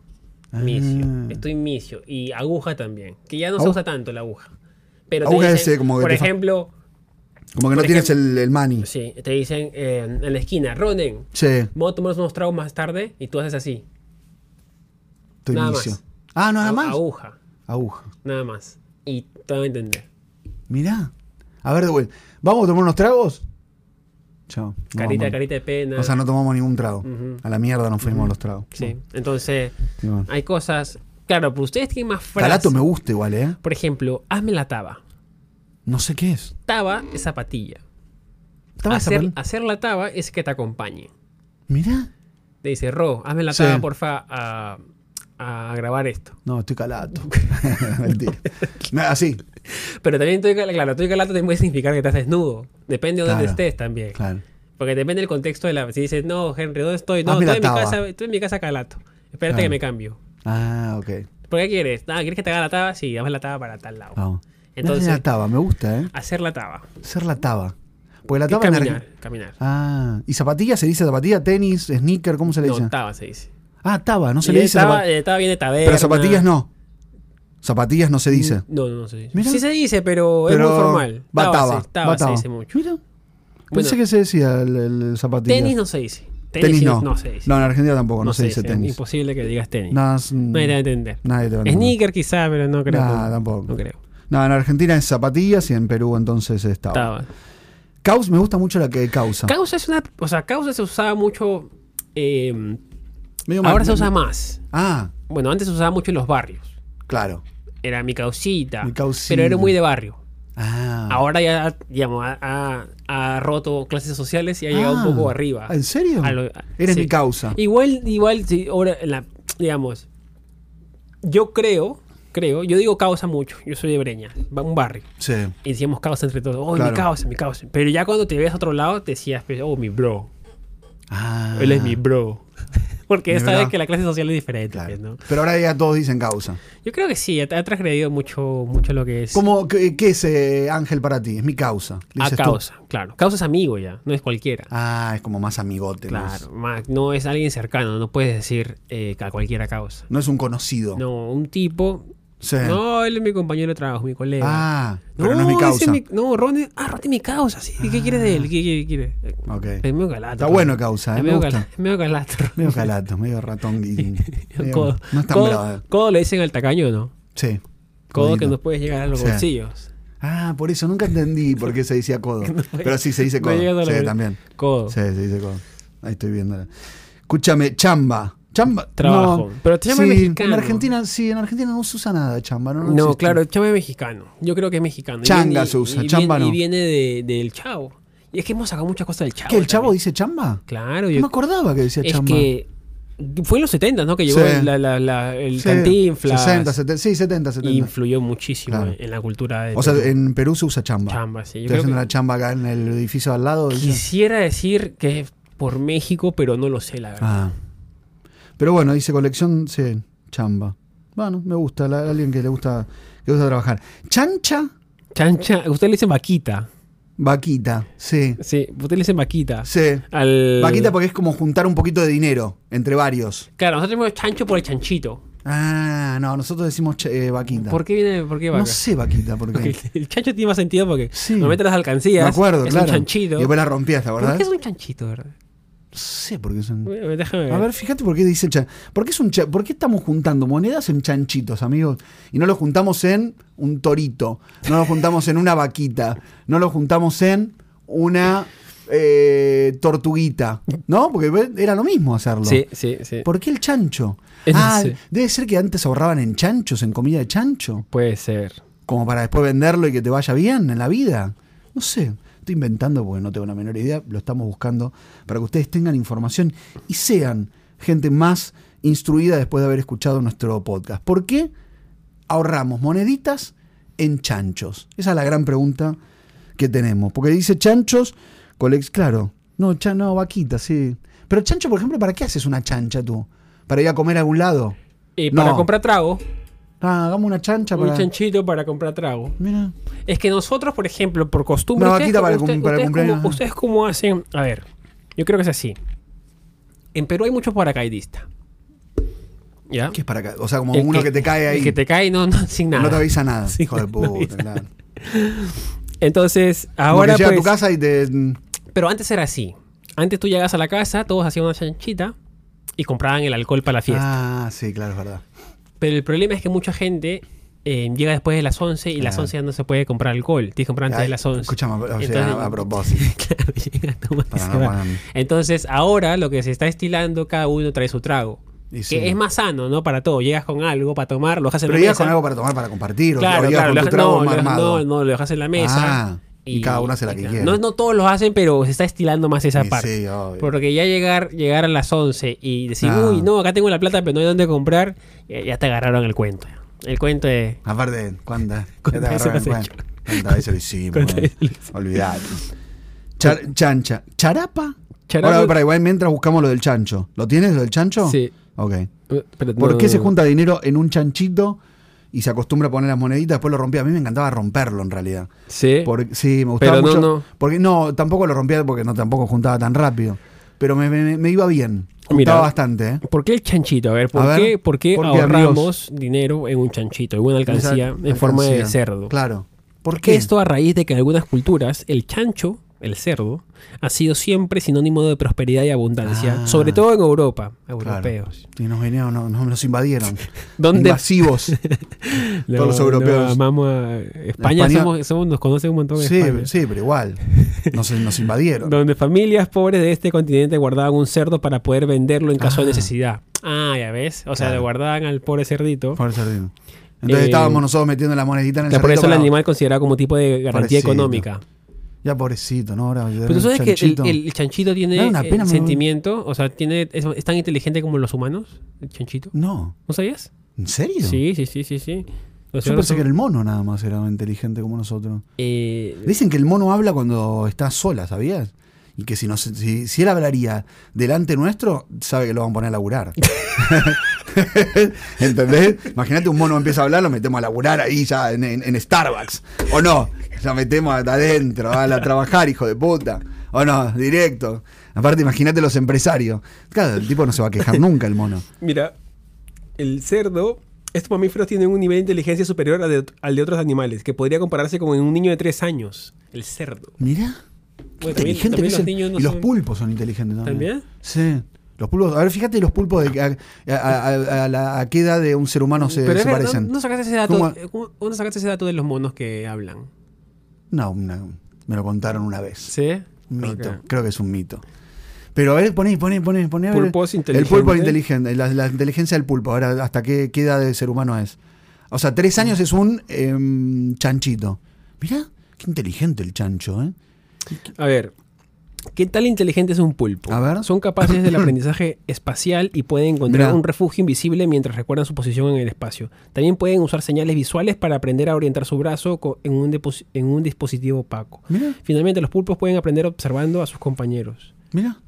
S2: Misio. Estoy misio. Y aguja también. Que ya no se
S1: Agu-
S2: usa tanto la aguja. Pero te
S1: Aguja
S2: dicen,
S1: ese como que
S2: por
S1: te fa-
S2: ejemplo,
S1: Como que no
S2: Por
S1: tienes el, el money.
S2: sí, te dicen eh, en la esquina, Ronen,
S1: Sí,
S2: vamos a tomar unos tragos más tarde y tú haces así.
S1: tu
S2: Nada
S1: inicio.
S2: más.
S1: Ah, nada
S2: A-
S1: más.
S2: Aguja,
S1: Aguja.
S2: nada más. Y te van a entender.
S1: Mirá. A ver, de vuelta. ¿Vamos a tomar unos tragos? Chao. No
S2: Carita,
S1: vamos.
S2: carita de pena.
S1: O sea, no tomamos ningún trago.
S2: Ujú.
S1: A la mierda nos fuimos los tragos.
S2: Sí. Entonces,
S1: Y bueno.
S2: hay cosas. Claro, pero ustedes tienen más frases.
S1: Talato me gusta igual, ¿eh?
S2: Por ejemplo, hazme la taba.
S1: No sé qué es.
S2: Taba es zapatilla.
S1: Estaba
S2: hacer,
S1: zapal-
S2: hacer la taba es que te acompañe.
S1: Mirá.
S2: Te dice, Ro, hazme la
S1: Sí.
S2: taba, porfa, a, a grabar esto.
S1: No, estoy calato. Mentira. No, Así.
S2: Pero también estoy cal- claro, estoy calato te puede significar que estás desnudo. Depende de dónde
S1: Claro.
S2: estés también.
S1: Claro.
S2: Porque depende del contexto de la. Si dices, no, Henry, ¿dónde estoy? No,
S1: Hazme
S2: estoy
S1: la
S2: en, mi
S1: taba.
S2: casa, estoy en mi casa calato. Espérate
S1: Claro.
S2: que me cambio.
S1: Ah, ok.
S2: ¿Por qué quieres? Ah, ¿quieres que te haga la taba? Sí, hazme la taba para tal lado.
S1: Vamos.
S2: Entonces-
S1: Entonces, Ah, la taba, me gusta, ¿eh?
S2: Hacer la taba.
S1: Ser la taba. Porque la
S2: Es
S1: taba en
S2: caminar,
S1: Argen-
S2: caminar.
S1: Ah, ¿y zapatilla se dice zapatilla, tenis, sneaker? ¿Cómo se le dice?
S2: No, taba se dice.
S1: ah, taba, no se
S2: Y
S1: le
S2: de
S1: dice
S2: taba,
S1: zapa-
S2: de taba viene taberna.
S1: Pero zapatillas no. Zapatillas no se dice.
S2: No, no, no se dice.
S1: Mira.
S2: Sí se dice, pero, es
S1: Pero
S2: muy formal.
S1: Va
S2: Taba
S1: taba.
S2: se- taba
S1: va
S2: se
S1: taba.
S2: dice mucho.
S1: Mira,
S2: Mm, Bueno,
S1: pensé que se decía el, el- el zapatilla.
S2: tenis no se dice. Tenis,
S1: Tenis
S2: sí,
S1: no.
S2: no. se dice.
S1: No, en Argentina tampoco, no, se, dice
S2: Es
S1: tenis.
S2: imposible que digas tenis.
S1: No, es-
S2: Nadie te va a entender.
S1: nadie te va a entender.
S2: Sneaker quizá, pero no creo.
S1: Nah,
S2: que-
S1: tampoco.
S2: No creo.
S1: No, en Argentina es zapatillas y en Perú entonces es taba.
S2: Taba.
S1: Caus, me gusta mucho la que causa.
S2: Causa es una... O sea, causa se usaba mucho... eh,
S1: Medio
S2: ahora
S1: mal-
S2: se usa más.
S1: Ah,
S2: Bueno, antes se usaba mucho en los barrios.
S1: claro.
S2: Era mi causita.
S1: Mi causita.
S2: Pero era muy de barrio.
S1: Ah.
S2: Ahora ya, digamos, ha, ha- ha roto clases sociales y ha llegado
S1: Ah,
S2: un poco arriba.
S1: ¿En serio?
S2: A lo- a-
S1: Eres
S2: sí.
S1: mi causa.
S2: Igual, igual, sí, ahora, en la- digamos, yo creo, creo, yo digo causa mucho, yo soy de Breña, va un barrio,
S1: Sí.
S2: y decíamos causa entre todos, oh,
S1: Claro.
S2: mi causa, mi causa. Pero ya cuando te ves a otro lado, te decías, pues, oh, mi bro,
S1: Ah.
S2: él es mi bro. Porque
S1: Mi
S2: sabes
S1: bro.
S2: que la clase social es diferente,
S1: Claro.
S2: pues, ¿no?
S1: Pero ahora ya todos dicen causa.
S2: Yo creo que sí, ha, ha transgredido mucho, mucho lo que es
S1: ¿Cómo, qué, qué es eh, Ángel para ti? Es mi causa. le
S2: a
S1: dices tú.
S2: causa, claro. Causa es amigo ya, no es cualquiera.
S1: Ah, es como más amigote. más-
S2: Claro, más- no es alguien cercano, no puedes decir eh, a cualquiera causa.
S1: No es un conocido.
S2: No, un tipo.
S1: Sí.
S2: No, él es mi compañero de trabajo, mi colega.
S1: Ah, pero no, es mi
S2: ese
S1: causa.
S2: no, Ron es, ah, Ron es mi causa. ¿sí? ¿Qué quieres de él? ¿Qué, qué, qué quieres?
S1: Ok.
S2: Es medio galato.
S1: Está
S2: Ron.
S1: bueno causa, eh,
S2: Es
S1: me
S2: medio,
S1: gusta.
S2: gala- es medio galato. Ron.
S1: Medio calato, medio ratón. guillín. Medio-
S2: Codo,
S1: no es tan
S2: codo-
S1: bravo, eh.
S2: codo le dicen al tacaño, ¿no?
S1: Sí.
S2: Codo
S1: Codito.
S2: que no puedes llegar a los
S1: Sí.
S2: bolsillos.
S1: Ah, por eso nunca entendí por qué se decía codo. Pero sí se dice
S2: No llegas a
S1: codo.
S2: los
S1: Sí,
S2: bol-
S1: también.
S2: Codo.
S1: Sí, se dice codo. Ahí estoy viendo. Escúchame, chamba. Chamba.
S2: Trabajo.
S1: no.
S2: Pero te llaman
S1: Sí,
S2: mexicano.
S1: En Argentina, sí, en Argentina no se usa nada de chamba. No,
S2: No,
S1: existe.
S2: claro, chamba es mexicano. Yo creo que es mexicano. Y
S1: Changa
S2: viene-
S1: se usa,
S2: y
S1: chamba
S2: viene,
S1: no.
S2: Y viene de- del chavo. Y es que hemos sacado muchas cosas del chavo.
S1: ¿Qué, el chavo
S2: también.
S1: dice chamba?
S2: Claro,
S1: No
S2: yo
S1: me acordaba que decía
S2: es
S1: chamba.
S2: que fue en los 70, ¿no? Que llegó
S1: Sí.
S2: el- la- la- la- el
S1: Sí,
S2: cantinflas.
S1: 60, 70, sí, 70, 70.
S2: influyó muchísimo
S1: Claro.
S2: en la cultura de
S1: o sea,
S2: Perú.
S1: en Perú se usa chamba.
S2: chamba, sí. Yo
S1: Estoy
S2: creo
S1: haciendo
S2: que
S1: una chamba acá en el edificio al lado. dice.
S2: quisiera decir que es por México, pero no lo sé, la verdad.
S1: Ah. Pero bueno, dice colección, sí, chamba. Bueno, me gusta, la- alguien que le gusta, que le gusta trabajar. Chancha,
S2: Chancha, usted le dicen vaquita.
S1: vaquita, sí.
S2: Sí, usted le dicen vaquita.
S1: Sí.
S2: Al...
S1: Vaquita porque es como juntar un poquito de dinero entre varios.
S2: Claro, nosotros tenemos chancho por el chanchito.
S1: Ah, no, nosotros decimos ch- eh, vaquita.
S2: ¿Por qué viene? ¿Por qué vaca?
S1: No sé vaquita, porque.
S2: Porque el chancho tiene más sentido porque
S1: Sí.
S2: normalmente las alcancías
S1: Me acuerdo,
S2: es
S1: claro.
S2: un
S1: Y
S2: chanchito.
S1: después la rompías, ¿te
S2: ¿Por
S1: acordás?
S2: qué es un chanchito, verdad?
S1: No sé por qué son.
S2: Eh, Déjame ver.
S1: Mm. A ver, fíjate por qué dice chan. ¿Por qué, es un cha- ¿Por qué estamos juntando monedas en chanchitos, amigos? Y no lo juntamos en un torito, no lo juntamos en una vaquita, no lo juntamos en una eh, tortuguita, ¿no? Porque ve- era lo mismo hacerlo.
S2: Sí, sí, sí.
S1: ¿Por qué el chancho?
S2: Eh, no
S1: Ah,
S2: sé.
S1: debe ser que antes ahorraban en chanchos, en comida de chancho,
S2: Puede ser.
S1: como para después venderlo y que te vaya bien en la vida. No sé, estoy inventando porque no tengo la menor idea, lo estamos buscando para que ustedes tengan información y sean gente más instruida después de haber escuchado nuestro podcast. ¿Por qué ahorramos moneditas en chanchos? Esa es la gran pregunta que tenemos. Porque dice chanchos, colex, claro, no, cha- no, vaquita, sí. Pero chancho, por ejemplo, ¿para qué haces una chancha tú? ¿Para ir a comer a algún lado?
S2: Eh,
S1: No.
S2: Para comprar trago.
S1: Ah, hagamos una chancha para...
S2: Un chanchito para comprar trago.
S1: Mira.
S2: Es que nosotros, por ejemplo, por costumbre.
S1: Una
S2: ustedes
S1: vaquita
S2: como-
S1: para el cum-
S2: ustedes-
S1: para el
S2: ustedes como-
S1: cumpleaños, ajá.
S2: Ustedes, cómo hacen. A ver, yo creo que es así. En Perú hay muchos paracaidistas. ¿Ya?
S1: ¿Qué es para acá? O sea, como
S2: El
S1: uno que, te cae ahí.
S2: el Que te cae no, no, sin nada.
S1: No te avisa nada.
S2: Sí,
S1: hijo de
S2: no te avisa
S1: puta, claro.
S2: Entonces,
S1: Ahora
S2: ahora.
S1: llega
S2: Pues,
S1: a tu casa y te. No,
S2: Pero antes era así. Antes tú llegabas a la casa, todos hacían una chanchita y compraban el alcohol para la fiesta.
S1: Ah, sí, claro, es verdad.
S2: Pero el problema es que mucha gente eh, llega después de las 11 y las
S1: Claro.
S2: 11 ya no se puede comprar alcohol. Tienes que comprar antes
S1: Ay,
S2: de las 11.
S1: Escuchame, o sea,
S2: Entonces-
S1: a propósito.
S2: claro, llega, toma y
S1: Para
S2: se
S1: no
S2: va.
S1: pagar.
S2: Entonces, ahora lo que se está estilando, cada uno trae su trago.
S1: Y
S2: que
S1: sí.
S2: es más sano, ¿no? Para todo. Llegas con algo para tomar, lo dejas en
S1: Pero
S2: la
S1: llegas
S2: mesa.
S1: con algo para tomar, para compartir, o-
S2: Claro,
S1: o llegas
S2: claro.
S1: con
S2: lo
S1: tu
S2: dejas-
S1: trago
S2: no, lo-
S1: armado.
S2: no, no, lo dejas en la mesa.
S1: Ah, y cada uno hace la que
S2: claro.
S1: quiere.
S2: No, no todos lo hacen, pero se está estilando más esa
S1: Y
S2: parte.
S1: sí, obvio.
S2: Porque ya llegar, llegar a las 11 y decir,
S1: Ah.
S2: uy, no, acá tengo la plata, pero no hay dónde comprar, ya, ya te agarraron el cuento. El cuento es...
S1: Aparte, ¿cuántas?
S2: ¿Cuántas
S1: Ya te
S2: veces lo has
S1: agarraron en
S2: hecho?
S1: cuenta. ¿Cuántas veces lo hicimos?
S2: ¿Cuántas
S1: bueno. Olvidate. Char- chancha. ¿Charapa?
S2: Charapa-
S1: Ahora, para igual mientras buscamos lo del chancho. ¿Lo tienes, lo del chancho?
S2: Sí.
S1: Ok.
S2: eh,
S1: ¿Por qué se junta dinero en un chanchito y se acostumbra a poner las moneditas? Después lo rompía. A mí me encantaba romperlo en realidad.
S2: Sí.
S1: Por- sí, me gustaba
S2: Pero no,
S1: mucho.
S2: no.
S1: Porque no, tampoco lo rompía porque no tampoco juntaba tan rápido. Pero me, me- me iba bien. Juntaba
S2: Ah, Mira.
S1: bastante, ¿eh?
S2: ¿Por qué el chanchito? A ver, ¿por,
S1: A
S2: qué,
S1: ver,
S2: por qué
S1: ¿por qué,
S2: ahorramos dinero en un chanchito, en una alcancía
S1: Esa
S2: en forma de
S1: alcancía.
S2: cerdo?
S1: Claro. ¿Por
S2: Que
S1: qué?
S2: Esto a raíz de que en algunas culturas el chancho, el cerdo, ha sido siempre sinónimo de prosperidad y abundancia,
S1: Ah.
S2: sobre todo en Europa,
S1: Claro.
S2: europeos.
S1: Y nos vinieron, no- no- nos invadieron.
S2: ¿Dónde-
S1: Masivos. Todos los
S2: Lo- lo
S1: europeos.
S2: amamos a España,
S1: España-
S2: somos- somos- nos conoce un montón de
S1: Sí,
S2: España.
S1: sí, pero igual. Nos, nos invadieron.
S2: Donde familias pobres de este continente guardaban un cerdo para poder venderlo en caso
S1: Ah.
S2: de necesidad. Ah, ya ves. O sea,
S1: Claro.
S2: le guardaban al pobre cerdito.
S1: Por el sardino. Entonces
S2: Eh,
S1: estábamos nosotros metiendo la monedita en el
S2: Claro, por
S1: sardito
S2: eso el
S1: para-
S2: animal considerado como tipo de garantía
S1: Pobrecito.
S2: económica.
S1: Ya pobrecito, ¿no? Ahora
S2: Pero tú sabes que el,
S1: chanchito.
S2: el- el chanchito tiene
S1: Da una
S2: eh,
S1: pena, me-
S2: sentimiento, o sea, tiene es, es tan inteligente como los humanos, el chanchito.
S1: No,
S2: ¿No sabías?
S1: ¿en serio?
S2: Sí, sí, sí, sí, sí. Los
S1: Yo
S2: cerdos
S1: pensé
S2: son-
S1: que el mono nada más era inteligente como nosotros.
S2: eh,
S1: Dicen que el mono habla cuando está sola, ¿sabías? Y que si, nos, si, si él hablaría delante nuestro, sabe que lo van a poner a laburar. ¿Entendés? Imagínate un mono empieza a hablar, lo metemos a laburar ahí ya en, en- en Starbucks. ¿O no? Ya metemos hasta adentro, dale a trabajar, hijo de puta. ¿O no? Directo. Aparte, imagínate los empresarios. Claro, el tipo no se va a quejar nunca, el mono.
S3: Mira, el cerdo, estos mamíferos tienen un nivel de inteligencia superior al de, al de otros animales, que podría compararse con un niño de tres años, el cerdo.
S1: Mirá.
S2: Bueno,
S1: inteligente que es el-
S2: no
S1: y los
S2: son-
S1: pulpos son inteligentes también.
S2: ¿También?
S1: Sí. Los pulpos, a ver, fíjate los pulpos de, a, a- a- a la- a qué edad de un ser humano se,
S2: Pero es
S1: se
S2: verdad,
S1: parecen.
S2: ¿no, no sacaste ese dato,
S1: ¿Cómo?
S2: eh, ¿cómo- ¿no sacaste ese dato de los monos que hablan?
S1: No, una- me lo contaron una vez.
S2: ¿Sí?
S1: Un Mito,
S2: Ok.
S1: creo que es un mito. Pero a ver, poné, poné, poné, poné. a ver.
S3: Pulpo es
S1: El pulpo es
S3: inteligente.
S1: inteligente, la, la inteligencia del pulpo. Ahora, ¿hasta qué, qué edad de ser humano es? O sea, tres años es un em, chanchito. Mirá, qué inteligente el chancho, ¿eh?
S2: A ver, ¿qué tal inteligente es un pulpo?
S1: A ver.
S2: Son capaces del aprendizaje espacial y pueden encontrar
S1: Mirá.
S2: un refugio invisible mientras recuerdan su posición en el espacio. También pueden usar señales visuales para aprender a orientar su brazo co- en un, depos- en un dispositivo opaco.
S1: Mirá,
S2: Finalmente, los pulpos pueden aprender observando a sus compañeros.
S1: mirá.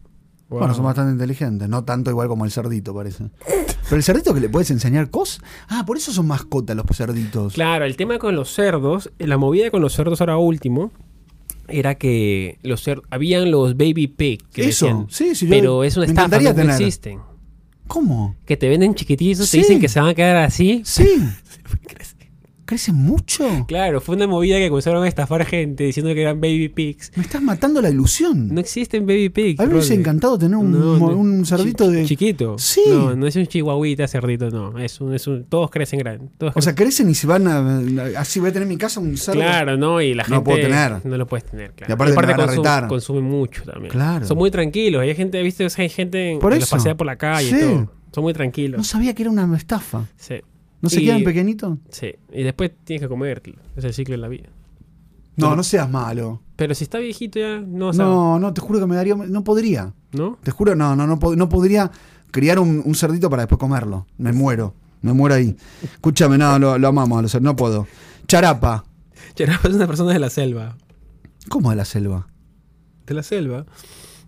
S2: Wow.
S1: Bueno, son bastante inteligentes, no tanto igual como el cerdito, parece. Pero el cerdito que le puedes enseñar cosas. Ah, por eso son mascotas los cerditos.
S2: Claro, el tema con los cerdos, la movida con los cerdos ahora último, era que los cer- habían los baby pig. Que
S1: Eso,
S2: decían,
S1: sí, sí, yo
S2: Pero es una
S1: me
S2: estafa,
S1: encantaría
S2: no, no
S1: tener.
S2: existen.
S1: ¿Cómo?
S2: Que te venden chiquititos,
S1: Sí.
S2: te dicen que se van a quedar así.
S1: Sí. ¿Crecen mucho?
S2: Claro, fue una movida que comenzaron a estafar gente diciendo que eran baby pigs.
S1: Me estás matando la ilusión.
S2: No existen baby pigs.
S1: A mí me hubiese
S2: brother.
S1: encantado tener un,
S2: No, no.
S1: un cerdito
S2: Chi-
S1: de.
S2: Chiquito.
S1: Sí.
S2: No, no es un chihuahuita cerdito, no. Es un, es un, todos crecen grandes.
S1: O sea, crecen y se van a. Así voy a tener en mi casa un cerdo.
S2: Claro, ¿no? Y la
S1: No
S2: gente.
S1: lo puedo tener.
S2: No lo puedes tener,
S1: Y
S2: claro.
S1: aparte me van a
S2: consum-
S1: retar.
S2: consumen mucho también.
S1: Claro.
S2: Son muy tranquilos. Hay gente, viste, O sea, hay gente
S1: Por
S2: que los
S1: eso.
S2: pasea por la calle
S1: Sí.
S2: y todo. Son muy
S1: No
S2: tranquilos.
S1: sabía que era una estafa.
S2: Sí.
S1: ¿No se
S2: Y-
S1: quedan pequeñitos?
S2: Sí. Y después tienes que comértelo. Es el ciclo de la vida.
S1: No, no seas malo.
S2: Pero si está viejito ya, no sabe. No.
S1: No, no, te juro que me daría. No podría. Te juro, no, no, no, pod- no podría criar un, un cerdito para después comerlo. Me muero. Me muero ahí. Escúchame, no, lo, lo amamos a los cer- No puedo. Charapa.
S2: Chirapa es una persona de la selva.
S1: ¿Cómo de la selva?
S2: De la selva.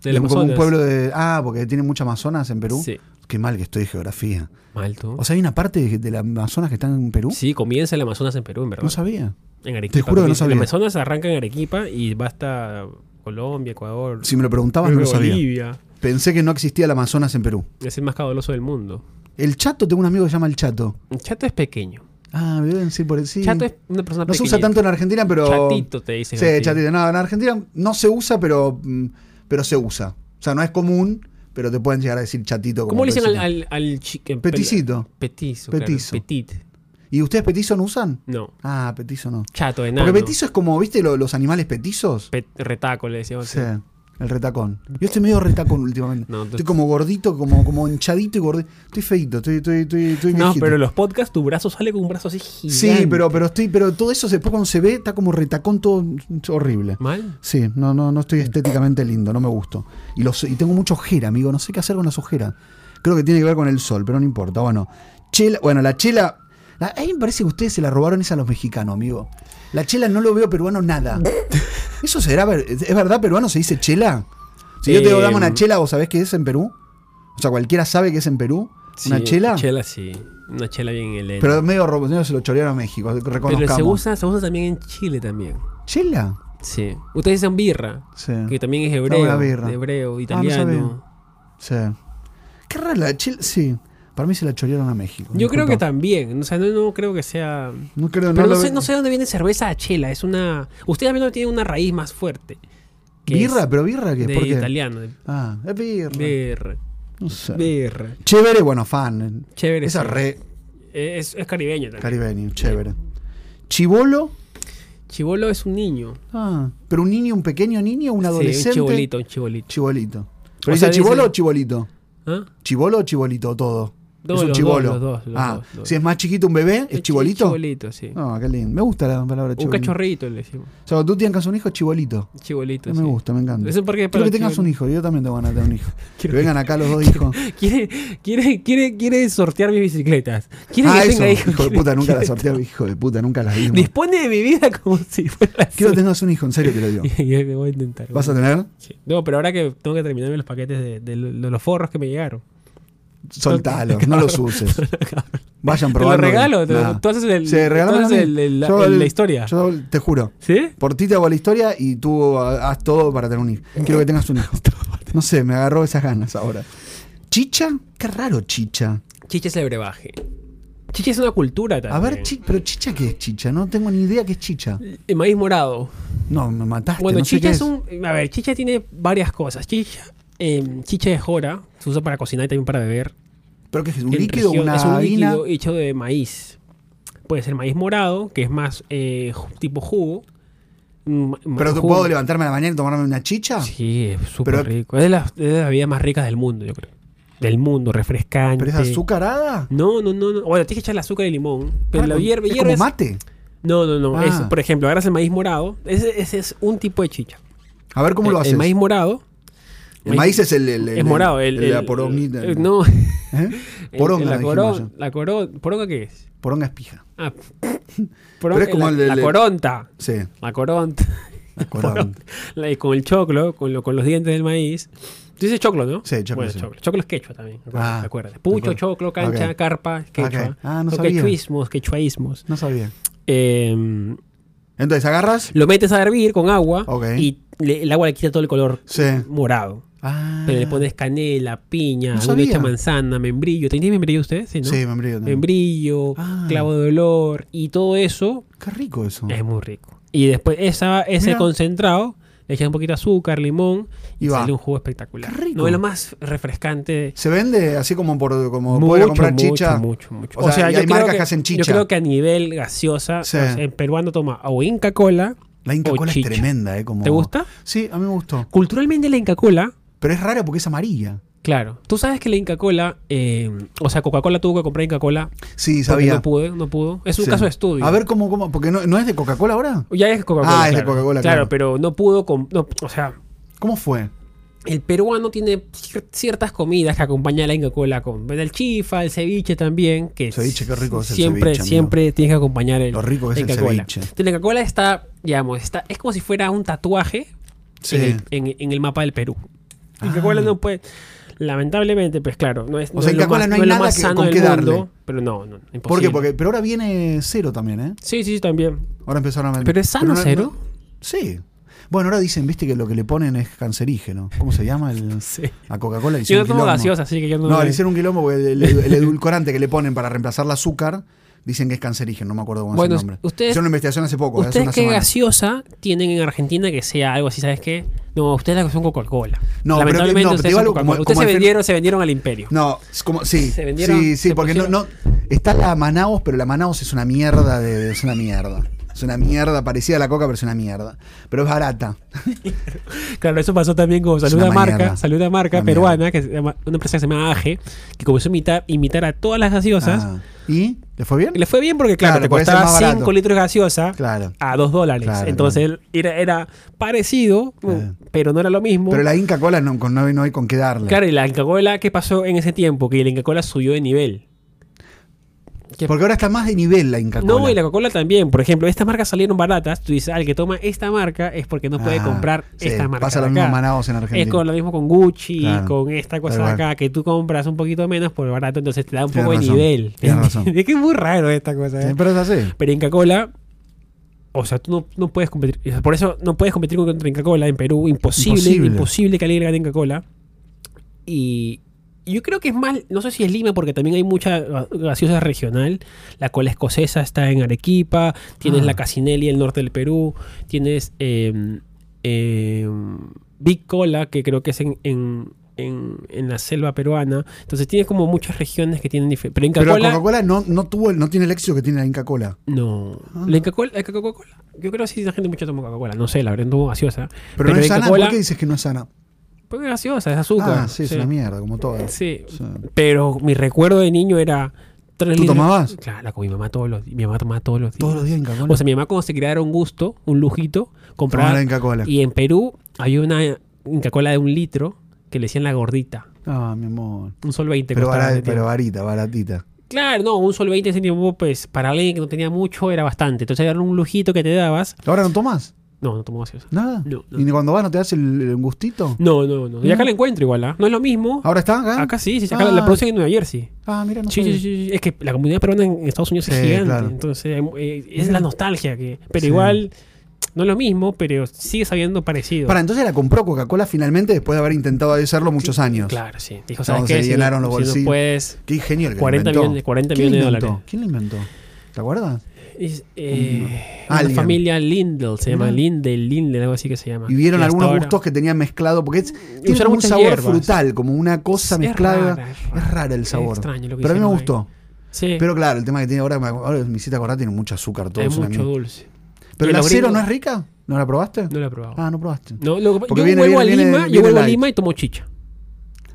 S2: De
S1: Como
S2: la
S1: un pueblo de. Ah, porque tiene muchas Amazonas en Perú.
S2: Sí.
S1: Qué mal que estoy de geografía.
S2: Malto.
S1: O sea, hay una parte de, de las Amazonas que están en Perú.
S2: sí, comienza el Amazonas en Perú, en verdad.
S1: No sabía.
S2: en Arequipa.
S1: Te juro que no
S2: comienza-
S1: sabía.
S2: El Amazonas arranca en Arequipa y va hasta Colombia, Ecuador,
S1: Si me lo preguntabas, no lo sabía.
S2: Bolivia.
S1: Pensé que no existía el Amazonas en Perú.
S2: Es el más caudaloso del mundo.
S1: El chato, tengo un amigo que se llama el chato.
S2: El Chato es pequeño.
S1: Ah, me deben decir por el sí.
S2: Chato es una persona
S1: No se
S2: pequeña.
S1: usa tanto en Argentina, pero.
S2: Chatito te dicen.
S1: Sí,
S2: a ti.
S1: chatito. No, en Argentina no se usa, pero, mm, pero se usa. O sea, no es común, pero te pueden llegar a decir chatito. Como
S2: ¿Cómo le dicen al,
S1: persona.
S2: al, al chi- eh,
S1: Peticito.
S2: pela- Petizo. claro,
S1: Petizo.
S2: petit.
S1: ¿Y ustedes petizo no usan?
S2: No.
S1: Ah, petizo no.
S2: Chato, enano.
S1: Porque petizo es como, ¿viste lo- los animales petizos?
S2: Pe- retaco, le decíamos.
S1: Sí, el retacón. Yo estoy medio retacón últimamente.
S2: No, tú-
S1: Estoy como gordito, como, como hinchadito y gordito. Estoy feito, estoy, estoy, estoy, estoy
S2: No,
S1: viejito.
S2: pero en los podcasts tu brazo sale con un brazo así gigante.
S1: Sí, pero, pero estoy, pero todo eso después cuando se ve está como retacón todo horrible.
S2: ¿Mal?
S1: Sí, no, no, no estoy estéticamente lindo, no me gusto. Y, los, y tengo mucha ojera, amigo, no sé qué hacer con las ojeras. Creo que tiene que ver con el sol, pero no importa. Bueno, chela, bueno, la chela. la- a mí me parece que ustedes se la robaron esa a los mexicanos, amigo. La chela no lo veo peruano nada. ¿Eso será ver- es verdad peruano se dice chela? Si yo te digo
S2: Eh,
S1: dame una chela, ¿vos sabés qué es en Perú? O sea, cualquiera sabe que es en Perú. ¿Una
S2: Sí,
S1: chela?
S2: Chela, sí. Una chela bien helena.
S1: Pero medio robo- medio se lo chorearon a México,
S2: Pero
S1: reconozcamos.
S2: se usa, se usa también en Chile también.
S1: ¿Chela?
S2: Sí. Ustedes dicen birra,
S1: Sí.
S2: que también es
S1: una
S2: hebreo,
S1: birra. Ah,
S2: de hebreo,
S1: sabía.
S2: italiano.
S1: Sí. Qué rara la chela. Sí. Para mí se la chorearon a México.
S2: Yo creo que
S1: Disculpa.
S2: también, o sea, no, no creo que sea...
S1: No creo,
S2: Pero
S1: lo
S2: no, sé,
S1: ve-
S2: no sé dónde viene cerveza a chela, es una... Ustedes también tienen una raíz más fuerte. que
S1: ¿Birra?
S2: es
S1: ¿Pero birra qué?
S2: de
S1: ¿Por qué?
S2: italiano, de
S1: Ah, es birra.
S2: birra.
S1: no sé.
S2: Birra.
S1: Chévere, bueno, fan.
S2: Chévere.
S1: Esa
S2: sí.
S1: re
S2: Eh, Es, es caribeño también.
S1: caribeño, chévere. Chibolo.
S2: Chibolo es un niño.
S1: Ah, pero un niño, un pequeño niño, un adolescente.
S2: Sí, un chibolito, un chibolito.
S1: Chibolito. ¿Pero
S2: O
S1: dice
S2: sea, dice-
S1: chibolo o chibolito?
S2: ¿Ah?
S1: ¿Chibolo o chibolito? Todo.
S2: No,
S1: es un
S2: los
S1: chibolo.
S2: dos, los dos, los
S1: ah,
S2: dos, los
S1: si
S2: dos.
S1: es más chiquito un bebé, es chibolito.
S2: Chibolito, sí.
S1: Ah, qué lindo. Me gusta la palabra
S2: un
S1: chibolito.
S2: cachorrito le decimos.
S1: O sea, cuando tú tengas un hijo, chibolito.
S2: Chibolito,
S1: Me
S2: Este, sí.
S1: gusta, me encanta.
S2: Es un parque
S1: Quiero
S2: para
S1: que tengas
S2: chibol-
S1: un hijo, yo también tengo ganas de tener un hijo. que
S2: Quiero
S1: vengan acá los dos hijos.
S2: Quiere, quiere, quiere, quiere sortear mis bicicletas. Quiere
S1: Ah,
S2: que
S1: eso,
S2: tenga hijos.
S1: hijo de
S2: Quiere-
S1: puta, nunca la sorteaba, hijo de puta, nunca la vimos.
S2: Dispone de mi vida como si fuera la
S1: Quiero que
S2: suya.
S1: tengas un hijo, en serio te lo digo.
S2: Y yo me voy a intentar.
S1: ¿Vas a tener?
S2: Sí. No, pero ahora que tengo que terminarme los paquetes de, de lo- de los forros que me llegaron.
S1: Soltalo, no los uses. Vayan
S2: Te lo
S1: probando.
S2: regalo. te-
S1: Nah.
S2: Tú haces el,
S1: Sí,
S2: tú
S1: regálamelo
S2: haces
S1: a mí.
S2: el- el- la,
S1: Yo-
S2: el- la historia.
S1: Yo te juro.
S2: ¿Sí?
S1: Por ti te hago la historia y tú ha- haz todo para tener un hijo. Quiero que tengas un hijo. No sé, me agarró esas ganas ahora. ¿Chicha? Qué raro chicha.
S2: Chicha es el brebaje. Chicha es una cultura también.
S1: A ver, chi- pero chicha qué es chicha? No tengo ni idea qué es chicha.
S2: El maíz morado.
S1: No, me mataste.
S2: Bueno,
S1: Este, no sé
S2: chicha
S1: qué
S2: es un. A ver, chicha tiene varias cosas. Chicha, eh, chicha de jora, se usa para cocinar y también para beber.
S1: ¿Pero qué es? ¿Un
S2: En
S1: líquido?
S2: región-
S1: ¿Una
S2: es un
S1: harina?
S2: líquido hecho de maíz. Puede ser maíz morado, que es más eh, ju- tipo jugo. Mm, ma-
S1: ¿Pero tú
S2: jugo.
S1: puedo levantarme a la mañana y tomarme una chicha?
S2: Sí, es
S1: Pero-
S2: súper rico. Es de, las, es de las bebidas más ricas del mundo, yo creo. Del mundo, refrescante.
S1: ¿Pero es azucarada?
S2: No, no, no, no. Bueno, tienes que echarle azúcar y limón. Pero
S1: Ah,
S2: la
S1: con-
S2: hierve,
S1: es
S2: hierve.
S1: como mate.
S2: No, no, no.
S1: Ah.
S2: Es, por ejemplo, agarras el maíz morado. Ese, ese es un tipo de chicha.
S1: A ver cómo
S2: el,
S1: lo
S2: el
S1: haces.
S2: maíz morado.
S1: El maíz es el- el- el-
S2: es morado. El,
S1: el- la poronguita.
S2: el- no.
S1: ¿Eh?
S2: El-
S1: Poronga,
S2: la
S1: le dijimos
S2: corona.
S1: allá.
S2: La corona. ¿Poronga qué es?
S1: Poronga es pija.
S2: Ah,
S1: Pero es como
S2: Eh, la,
S1: el-
S2: la
S1: el-
S2: coronta.
S1: Sí,
S2: La coronta.
S1: la corona.
S2: La- y con el choclo, con, lo- con los dientes del maíz. Tú dices choclo, ¿no?
S1: Sí, choclo,
S2: Bueno,
S1: sí.
S2: choclo. Choclo es quechua también.
S1: Ah,
S2: Ah, acuerdas?
S1: me
S2: Pucho,
S1: acuerdo.
S2: choclo, cancha,
S1: Ok.
S2: carpa, quechua.
S1: Ok. Ah, no
S2: O
S1: sabía.
S2: quechuismos, quechuaísmos.
S1: No sabía.
S2: Eh,
S1: Entonces agarras.
S2: lo metes a hervir con agua
S1: Ok.
S2: y le- el agua le quita todo el color
S1: Sí.
S2: morado.
S1: Ah.
S2: Pero le pones canela, piña,
S1: No
S2: una
S1: sabía.
S2: hecha manzana, membrillo. ¿Tenéis membrillo ustedes? Sí, ¿no?
S1: Sí, membrillo también.
S2: Membrillo,
S1: Ah.
S2: clavo de olor y todo eso
S1: Qué rico eso.
S2: es muy rico. Y después esa,
S1: Mm.
S2: ese
S1: Mira.
S2: concentrado le echas un poquito de azúcar, limón y,
S1: Y va.
S2: sale un jugo espectacular.
S1: Qué rico.
S2: No es lo más refrescante.
S1: ¿Se vende así como por como
S2: Mucho,
S1: puedo ir a comprar
S2: mucho,
S1: chicha?
S2: mucho, mucho.
S1: O sea, y hay
S2: creo
S1: marcas que hacen chicha.
S2: Yo creo que a nivel gaseosa,
S1: Sí.
S2: o sea, en peruano toma o Inca Cola.
S1: La Inca
S2: o
S1: Cola es
S2: Oh, chicha.
S1: tremenda, ¿eh? Como...
S2: ¿Te gusta?
S1: Sí, a mí me gustó.
S2: Culturalmente la Inca Cola
S1: Pero es rara porque es amarilla.
S2: Claro. Tú sabes que la Inca Cola, eh, o sea, Coca-Cola tuvo que comprar Inca Cola.
S1: Sí,
S2: Sabía.
S1: sabía.
S2: No pude, no pudo. Es un
S1: Sí.
S2: caso de estudio.
S1: A ver cómo, cómo. Porque no, ¿no es de Coca-Cola ahora.
S2: Ya es Coca-Cola.
S1: Ah, es de
S2: claro.
S1: Coca-Cola,
S2: Claro,
S1: claro.
S2: pero no pudo. com- no, o sea,
S1: ¿Cómo fue?
S2: el peruano tiene cier- ciertas comidas que acompaña a la Inca Cola con el chifa, el ceviche también. Que
S1: Ceviche, qué rico es el
S2: siempre,
S1: ceviche, amigo.
S2: Siempre tienes que acompañar el.
S1: Lo rico que es el
S2: la Inca Kola.
S1: ceviche.
S2: Entonces, La Inca Cola está, digamos, está, es como si fuera un tatuaje
S1: Sí. Ah.
S2: en, el, en- en el mapa del Perú. La Inca Cola no puede. Lamentablemente, pues claro, no es,
S1: O
S2: no
S1: sea,
S2: es
S1: Inca
S2: lo más,
S1: Kola no
S2: no
S1: hay
S2: es lo
S1: nada
S2: más
S1: que-
S2: sano
S1: con
S2: del
S1: qué darle.
S2: mundo, pero no, no, imposible.
S1: ¿Por qué? Porque, pero ahora viene cero también, ¿eh?
S2: Sí, sí, sí, también.
S1: Ahora empezaron a vender.
S2: ¿Pero es sano
S1: no-
S2: cero?
S1: no- sí. Bueno, ahora dicen, viste, que lo que le ponen es cancerígeno. ¿Cómo se llama? El,
S2: Sí.
S1: a Coca-Cola le
S2: Yo
S1: hicieron
S2: no
S1: un
S2: tomo
S1: quilombo.
S2: gaseosa, así que yo no...
S1: No, le hicieron un quilombo porque el, el- el edulcorante que le ponen para reemplazar el azúcar dicen que es cancerígeno. No me acuerdo cómo
S2: Bueno,
S1: es el nombre.
S2: ustedes-
S1: hicieron una investigación hace poco, hace
S2: ¿Ustedes
S1: una
S2: qué
S1: semana.
S2: gaseosa tienen en Argentina que sea algo así, sabes qué? No, ustedes la son Coca-Cola.
S1: No, pero que-
S2: Lamentablemente
S1: no, pero
S2: ustedes
S1: digo
S2: son
S1: algo como- Mm.
S2: Coca-Cola. Ustedes
S1: como
S2: se
S1: el-
S2: vendieron, se vendieron al imperio.
S1: No, es como, sí.
S2: Se vendieron,
S1: sí, sí,
S2: se
S1: porque no,
S2: pusieron-
S1: no- Está la Manaos, pero la Manaos es una mierda de, de- es una mierda. Es una mierda, parecida a la coca, pero es una mierda. Pero es barata.
S2: Claro, eso pasó también con
S1: Es
S2: Salud a
S1: una
S2: Marca,
S1: mierda.
S2: Salud a Marca
S1: Una
S2: peruana, que se llama, una empresa que se llama AGE, que comenzó a imitar, imitar a todas las gaseosas.
S1: Ah, ¿Y? ¿Le fue bien?
S2: Y Le fue bien porque, claro,
S1: Claro,
S2: te
S1: porque es el
S2: costaba
S1: más barato.
S2: 5 litros de gaseosa
S1: Claro.
S2: a 2 dólares.
S1: Claro,
S2: Entonces Era, era parecido,
S1: Claro.
S2: pero no era lo mismo.
S1: Pero la Inca Cola no, con- no, hay- no hay con qué darle.
S2: Claro, y la Inca Cola, ¿qué pasó en ese tiempo? Que la Inca Cola subió de nivel. que-
S1: Porque ahora está más de nivel la Inca Cola.
S2: No, y la Coca-Cola también. Por ejemplo, estas marcas salieron baratas. Tú dices, al que toma esta marca es porque no puede
S1: Ah,
S2: comprar
S1: sí,
S2: esta marca.
S1: Pasa
S2: de
S1: lo mismo
S2: acá.
S1: en Manaos en Argentina.
S2: Es con lo mismo con Gucci,
S1: Claro,
S2: con esta cosa
S1: tal
S2: de
S1: cual.
S2: acá, que tú compras un poquito menos por barato, entonces te da un
S1: Tienes
S2: poco de
S1: razón,
S2: nivel.
S1: tienes razón.
S2: es que es muy raro esta cosa. ¿eh?
S1: Sí, pero es así.
S2: Pero Inca Cola, o sea, tú no, no puedes competir. o sea, Por eso no puedes competir contra Inca Cola en Perú. Imposible, imposible,
S1: Imposible.
S2: que alguien le gane a Inca Cola. Y y yo creo que es mal, no sé si es Lima, porque también hay mucha ga- gaseosa regional. La cola escocesa está en Arequipa, tienes
S1: Ah.
S2: la Casinelli el norte del Perú, tienes eh, eh, Big Cola, que creo que es en. en- en- en la selva peruana. Entonces tienes como muchas regiones que tienen diferentes. Pero Inca
S1: Pero
S2: Cola.
S1: Coca-Cola no, no, tuvo, el- no tiene el éxito que tiene la Inca Cola.
S2: No.
S1: Ah.
S2: La Coca-Cola, la Coca-Cola. Yo creo que sí, la gente mucho toma Coca-Cola. No sé, la verdad, tomo gaseosa.
S1: Pero, no
S2: la
S1: es sana.
S2: Coca-Cola-
S1: ¿Por qué dices que no es sana?
S2: Porque es gaseosa, es azúcar.
S1: ah, sí, es una mierda, como todo.
S2: Sí.
S1: Sí.
S2: Pero mi recuerdo de niño era. tres
S1: ¿Tú
S2: litros-
S1: tomabas?
S2: Claro, con mi mamá todos los días. Mi mamá tomaba todos los días.
S1: Todos los días Inca Cola.
S2: O sea, mi mamá cuando se quería dar un gusto, un lujito, compraba.
S1: Tomaba la Inca Cola.
S2: Y en Perú había una Inca Cola de un litro que le decían la gordita.
S1: Ah, mi amor.
S2: Un sol 20
S1: Pero,
S2: costaba
S1: bara-
S2: ese
S1: pero
S2: tiempo.
S1: varita, baratita.
S2: Claro, no, un sol 20 centimos, pues para alguien que no tenía mucho era bastante. Entonces era un lujito que te dabas.
S1: ¿Ahora no tomas?
S2: No, no tomo gaseosa.
S1: ¿Nada?
S2: No, no.
S1: ¿Y ni cuando vas no te das el, el gustito?
S2: No, no, no. Y acá la encuentro igual, ¿ah? No es lo mismo.
S1: ¿Ahora está acá?
S2: Acá sí, sí, acá
S1: Ah.
S2: la producen en Nueva Jersey.
S1: Ah, mira, no
S2: Sí, sí,
S1: sabía.
S2: sí, sí. Es que la comunidad peruana en Estados Unidos es
S1: Sí,
S2: gigante.
S1: claro.
S2: Entonces, eh, es
S1: Mira.
S2: la nostalgia que. Pero
S1: Sí.
S2: igual, no es lo mismo, pero sigue sabiendo parecido.
S1: Para, entonces la compró Coca-Cola finalmente después de haber intentado hacerlo muchos años.
S2: Claro, sí. Dijo,
S1: No,
S2: ¿sabes
S1: se
S2: qué? Si
S1: llenaron
S2: no-
S1: los
S2: si no
S1: bolsillos.
S2: puedes.
S1: Qué genial.
S2: 40 millones- 40 millones de dólares.
S1: ¿Quién lo inventó? ¿Te acuerdas?
S2: es, eh,
S1: Mm.
S2: una
S1: Alguien.
S2: familia Lindel se llama.
S1: Mira.
S2: Lindel, Lindel, algo así que se llama.
S1: Y vieron
S2: Ah, hasta
S1: algunos
S2: ahora-
S1: gustos que tenían mezclado, porque es, tiene
S2: usaron
S1: como un
S2: muchas
S1: sabor
S2: hierbas.
S1: frutal, como una cosa
S2: Es
S1: mezclada.
S2: rara, es
S1: es,
S2: rara.
S1: rara, el
S2: Es
S1: sabor.
S2: extraño lo que
S1: Pero a mí me
S2: hicieron ahí.
S1: gustó.
S2: Sí.
S1: Pero claro, el tema que tiene ahora, me- ahora me hiciste acordar, tiene mucho azúcar todo.
S2: hay
S1: es una
S2: mucho
S1: mierda.
S2: dulce.
S1: Pero
S2: Y
S1: la
S2: los
S1: cero
S2: gringos-
S1: no es rica. ¿No la probaste?
S2: No lo he probado.
S1: Ah, no probaste.
S2: No, lo que-
S1: Porque
S2: yo
S1: viene-
S2: vuelvo
S1: viene-
S2: a Lima,
S1: viene-
S2: yo
S1: viene
S2: vuelvo a
S1: light.
S2: Lima y tomo chicha.